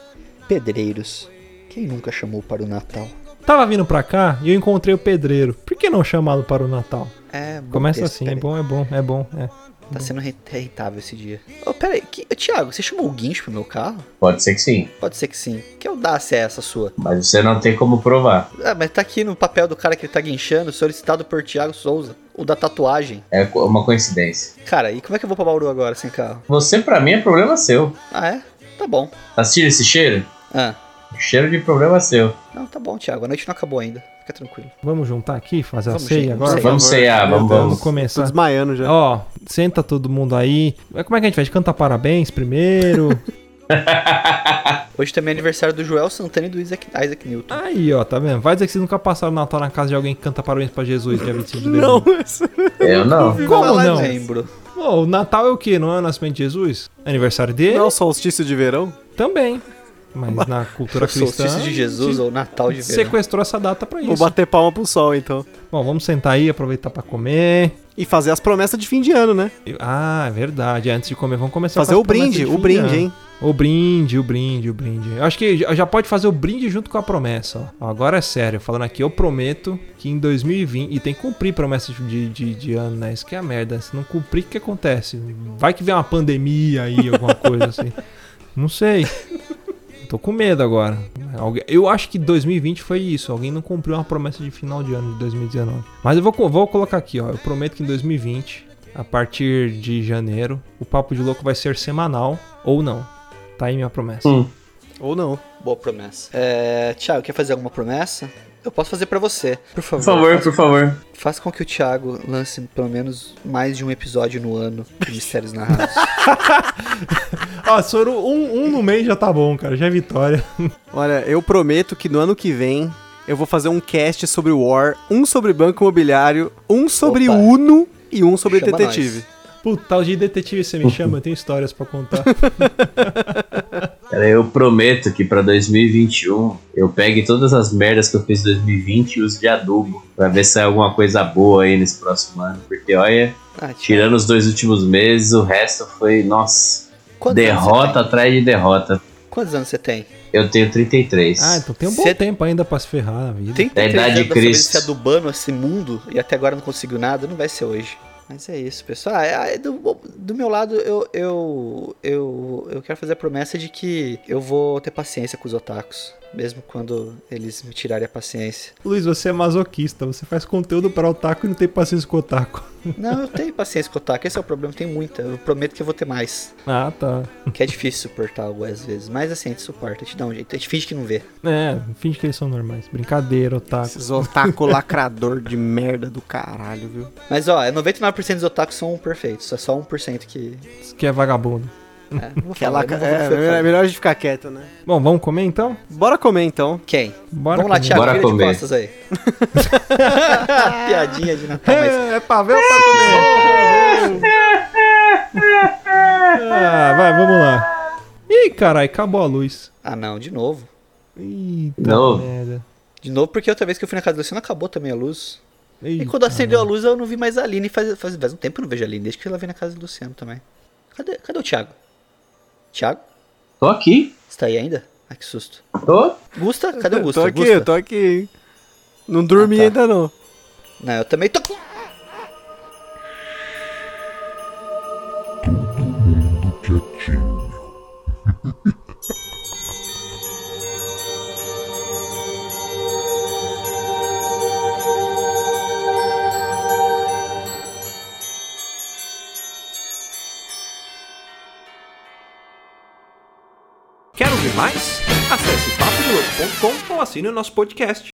Speaker 2: Pedreiros. Quem nunca chamou para o Natal?
Speaker 1: Tava vindo pra cá e eu encontrei o pedreiro. Por que não chamá-lo para o Natal?
Speaker 2: É, bom
Speaker 1: Começa
Speaker 2: texto,
Speaker 1: assim, é
Speaker 2: peraí.
Speaker 1: bom, é bom, é bom. É.
Speaker 2: Tá sendo re- rentável esse dia. Ô, peraí, que, ô, Thiago, você chamou o guincho pro meu carro?
Speaker 4: Pode ser que sim,
Speaker 2: Pode ser que sim. Que audácia é essa sua?
Speaker 4: mas você não tem como provar.
Speaker 2: Ah, mas tá aqui no papel do cara que ele tá guinchando, solicitado por Thiago Souza, o da tatuagem.
Speaker 4: É co- uma coincidência.
Speaker 2: Cara, e como é que eu vou pra Bauru agora sem carro?
Speaker 4: Você, pra mim, é problema seu.
Speaker 2: Ah, é? Tá bom.
Speaker 4: Assiste esse cheiro?
Speaker 2: Ah,
Speaker 4: Cheiro de problema seu.
Speaker 2: não, tá bom, Thiago, a noite não acabou ainda. Fica tranquilo.
Speaker 1: Vamos juntar aqui, fazer
Speaker 2: Vamos,
Speaker 1: a ceia
Speaker 2: gente,
Speaker 1: agora?
Speaker 2: vamos
Speaker 4: Vamos ceiar,
Speaker 3: Meu
Speaker 4: vamos,
Speaker 3: Deus.
Speaker 1: Vamos
Speaker 4: vamos.
Speaker 3: Tô
Speaker 1: começar.
Speaker 3: desmaiando já.
Speaker 1: Ó, senta todo mundo aí. Como é que a gente faz? Cantar parabéns primeiro.
Speaker 2: Hoje também é aniversário do Joel Santana e do Isaac, Isaac Newton.
Speaker 1: aí, ó, tá vendo? Vai dizer que vocês nunca passaram o Natal na casa de alguém que canta parabéns pra Jesus, dia 25 de
Speaker 3: Não,
Speaker 1: dezembro.
Speaker 3: esse-
Speaker 4: É, Eu não.
Speaker 1: Como
Speaker 3: Vai lá,
Speaker 1: não?
Speaker 3: gente.
Speaker 2: Lembro.
Speaker 1: Pô, o Natal é o quê? Não é o nascimento de Jesus? Aniversário dele?
Speaker 3: não é o solstício de verão?
Speaker 1: Também. Mas na cultura
Speaker 2: O
Speaker 1: cristã.
Speaker 2: solstício de Jesus ou Natal de
Speaker 3: né?
Speaker 2: verão.
Speaker 1: Sequestrou essa data pra
Speaker 3: Vou
Speaker 1: isso.
Speaker 3: bater palma pro sol, então.
Speaker 1: Bom, vamos sentar aí, aproveitar pra comer.
Speaker 3: E fazer as promessas de fim de ano, né?
Speaker 1: Eu- Ah, é verdade. Antes de comer, vamos começar
Speaker 3: Fazer
Speaker 1: com
Speaker 3: o
Speaker 1: as promessas
Speaker 3: brinde,
Speaker 1: de
Speaker 3: o
Speaker 1: fim
Speaker 3: brinde,
Speaker 1: de ano.
Speaker 3: hein?
Speaker 1: O brinde, o brinde, o brinde. Eu acho que já já pode fazer o brinde junto com a promessa. ó. Agora é sério, falando aqui, eu prometo que em 2020. E tem que cumprir promessas de, de, de ano, né? Isso que é a merda. Se não cumprir, o que acontece? Vai que vem uma pandemia aí, alguma coisa assim. Não sei. Tô com medo agora. Algu- Eu acho que 2020 foi isso. Alguém não cumpriu uma promessa de final de ano de 2019. Mas eu vou, co- vou colocar aqui, ó. Eu prometo que em 2020, a partir de janeiro, o Papo de Louco vai ser semanal ou não. Tá aí minha promessa.
Speaker 4: Hum.
Speaker 3: Ou não.
Speaker 2: Boa promessa. É, Thiago, quer fazer alguma promessa? Eu posso fazer pra você. Por favor.
Speaker 4: Por favor, por favor.
Speaker 2: Faça com que o Thiago lance pelo menos mais de um episódio no ano de Mistérios Narrados.
Speaker 1: Ah, Soro, um, um no mês já tá bom, cara. Já é vitória.
Speaker 3: Olha, eu prometo que no ano que vem eu vou fazer um cast sobre War, um sobre Banco Imobiliário, um sobre
Speaker 2: Opa.
Speaker 3: Uno e um sobre
Speaker 2: Chama
Speaker 3: Detetive.
Speaker 1: Puta, o de detetive
Speaker 2: Uhum.
Speaker 1: você me chama, eu tenho histórias pra
Speaker 2: (laughs)
Speaker 1: contar.
Speaker 4: Cara, eu prometo que pra 2021 eu pegue todas as merdas que eu fiz em 2020 e use de adubo. Pra ver se sai alguma coisa boa aí nesse próximo ano. Porque olha,
Speaker 2: Ah, Thiago,
Speaker 4: tirando os dois últimos meses, o resto foi, nossa,
Speaker 2: quantos anos
Speaker 4: derrota
Speaker 2: você
Speaker 4: atrás de derrota.
Speaker 2: tem? Quantos anos você tem?
Speaker 4: Eu tenho 33.
Speaker 1: Ah, então tem um bom
Speaker 2: Cê-
Speaker 1: tempo ainda pra se ferrar na vida.
Speaker 2: 33
Speaker 4: Da idade de
Speaker 2: anos dessa vez
Speaker 4: Cristo.
Speaker 2: se adubando esse mundo e até agora não conseguiu nada, não vai ser hoje. Mas é isso, pessoal. Ah, é- é do, do meu lado, eu, eu, eu, eu quero fazer a promessa de que eu vou ter paciência com os otakus. Mesmo quando eles me tirarem a paciência.
Speaker 1: Luiz, você é masoquista. Você faz conteúdo para otaku e não tem paciência com otaku.
Speaker 2: Não, eu tenho paciência com o otaku. Esse é o problema, tem muita. Eu prometo que eu vou ter mais.
Speaker 1: Ah, tá.
Speaker 2: Que é difícil suportar algumas vezes. Mas assim, a gente suporta, a gente dá um jeito. A gente finge que não vê.
Speaker 1: É, finge que eles são normais. Brincadeira, otaku.
Speaker 3: Esses otaku lacrador de merda do caralho, viu?
Speaker 2: Mas ó, é 99% dos otakus são perfeitos. É só 1% que.
Speaker 1: Isso que é vagabundo.
Speaker 2: É, não vou
Speaker 3: (laughs) Que é,
Speaker 2: falar,
Speaker 3: laca...
Speaker 2: não vou-
Speaker 3: é,
Speaker 2: vou-
Speaker 3: é melhor a gente ficar quieto, né?
Speaker 1: Bom, vamos comer então?
Speaker 3: Bora comer então.
Speaker 2: Quem?
Speaker 1: Bora
Speaker 2: Vamos lá,
Speaker 1: comer.
Speaker 2: Thiago,
Speaker 4: Bora
Speaker 2: vira de
Speaker 4: comer.
Speaker 2: costas
Speaker 3: (laughs)
Speaker 2: aí. Piadinha de Natal,
Speaker 3: (laughs)
Speaker 2: mas...
Speaker 1: É, é pavel pra
Speaker 2: (laughs)
Speaker 1: comer. ah, vai, vamos lá. Ih, carai, acabou a luz.
Speaker 2: Ah não, de novo.
Speaker 1: Eita
Speaker 4: Não.
Speaker 1: merda.
Speaker 2: De novo, porque outra vez que eu fui na casa do Luciano acabou também a luz. E
Speaker 1: Eita.
Speaker 2: quando acendeu a luz eu não vi mais a Aline. Faz, faz, faz um tempo que eu não vejo a Aline, desde que ela veio na casa do Luciano também. Cadê, cadê o Thiago? Thiago?
Speaker 4: Tô aqui.
Speaker 2: Você tá aí ainda? Ah, que susto.
Speaker 4: Tô.
Speaker 2: Gusta? Cadê o Gusta?
Speaker 3: tô aqui,
Speaker 2: Gusta?
Speaker 3: tô aqui. Não dormi
Speaker 2: Ah, tá.
Speaker 3: ainda não.
Speaker 2: Não, eu também tô.
Speaker 5: tudo quietinho.
Speaker 1: Quer ouvir mais? Acesse papodelouco.com ou assine o nosso podcast.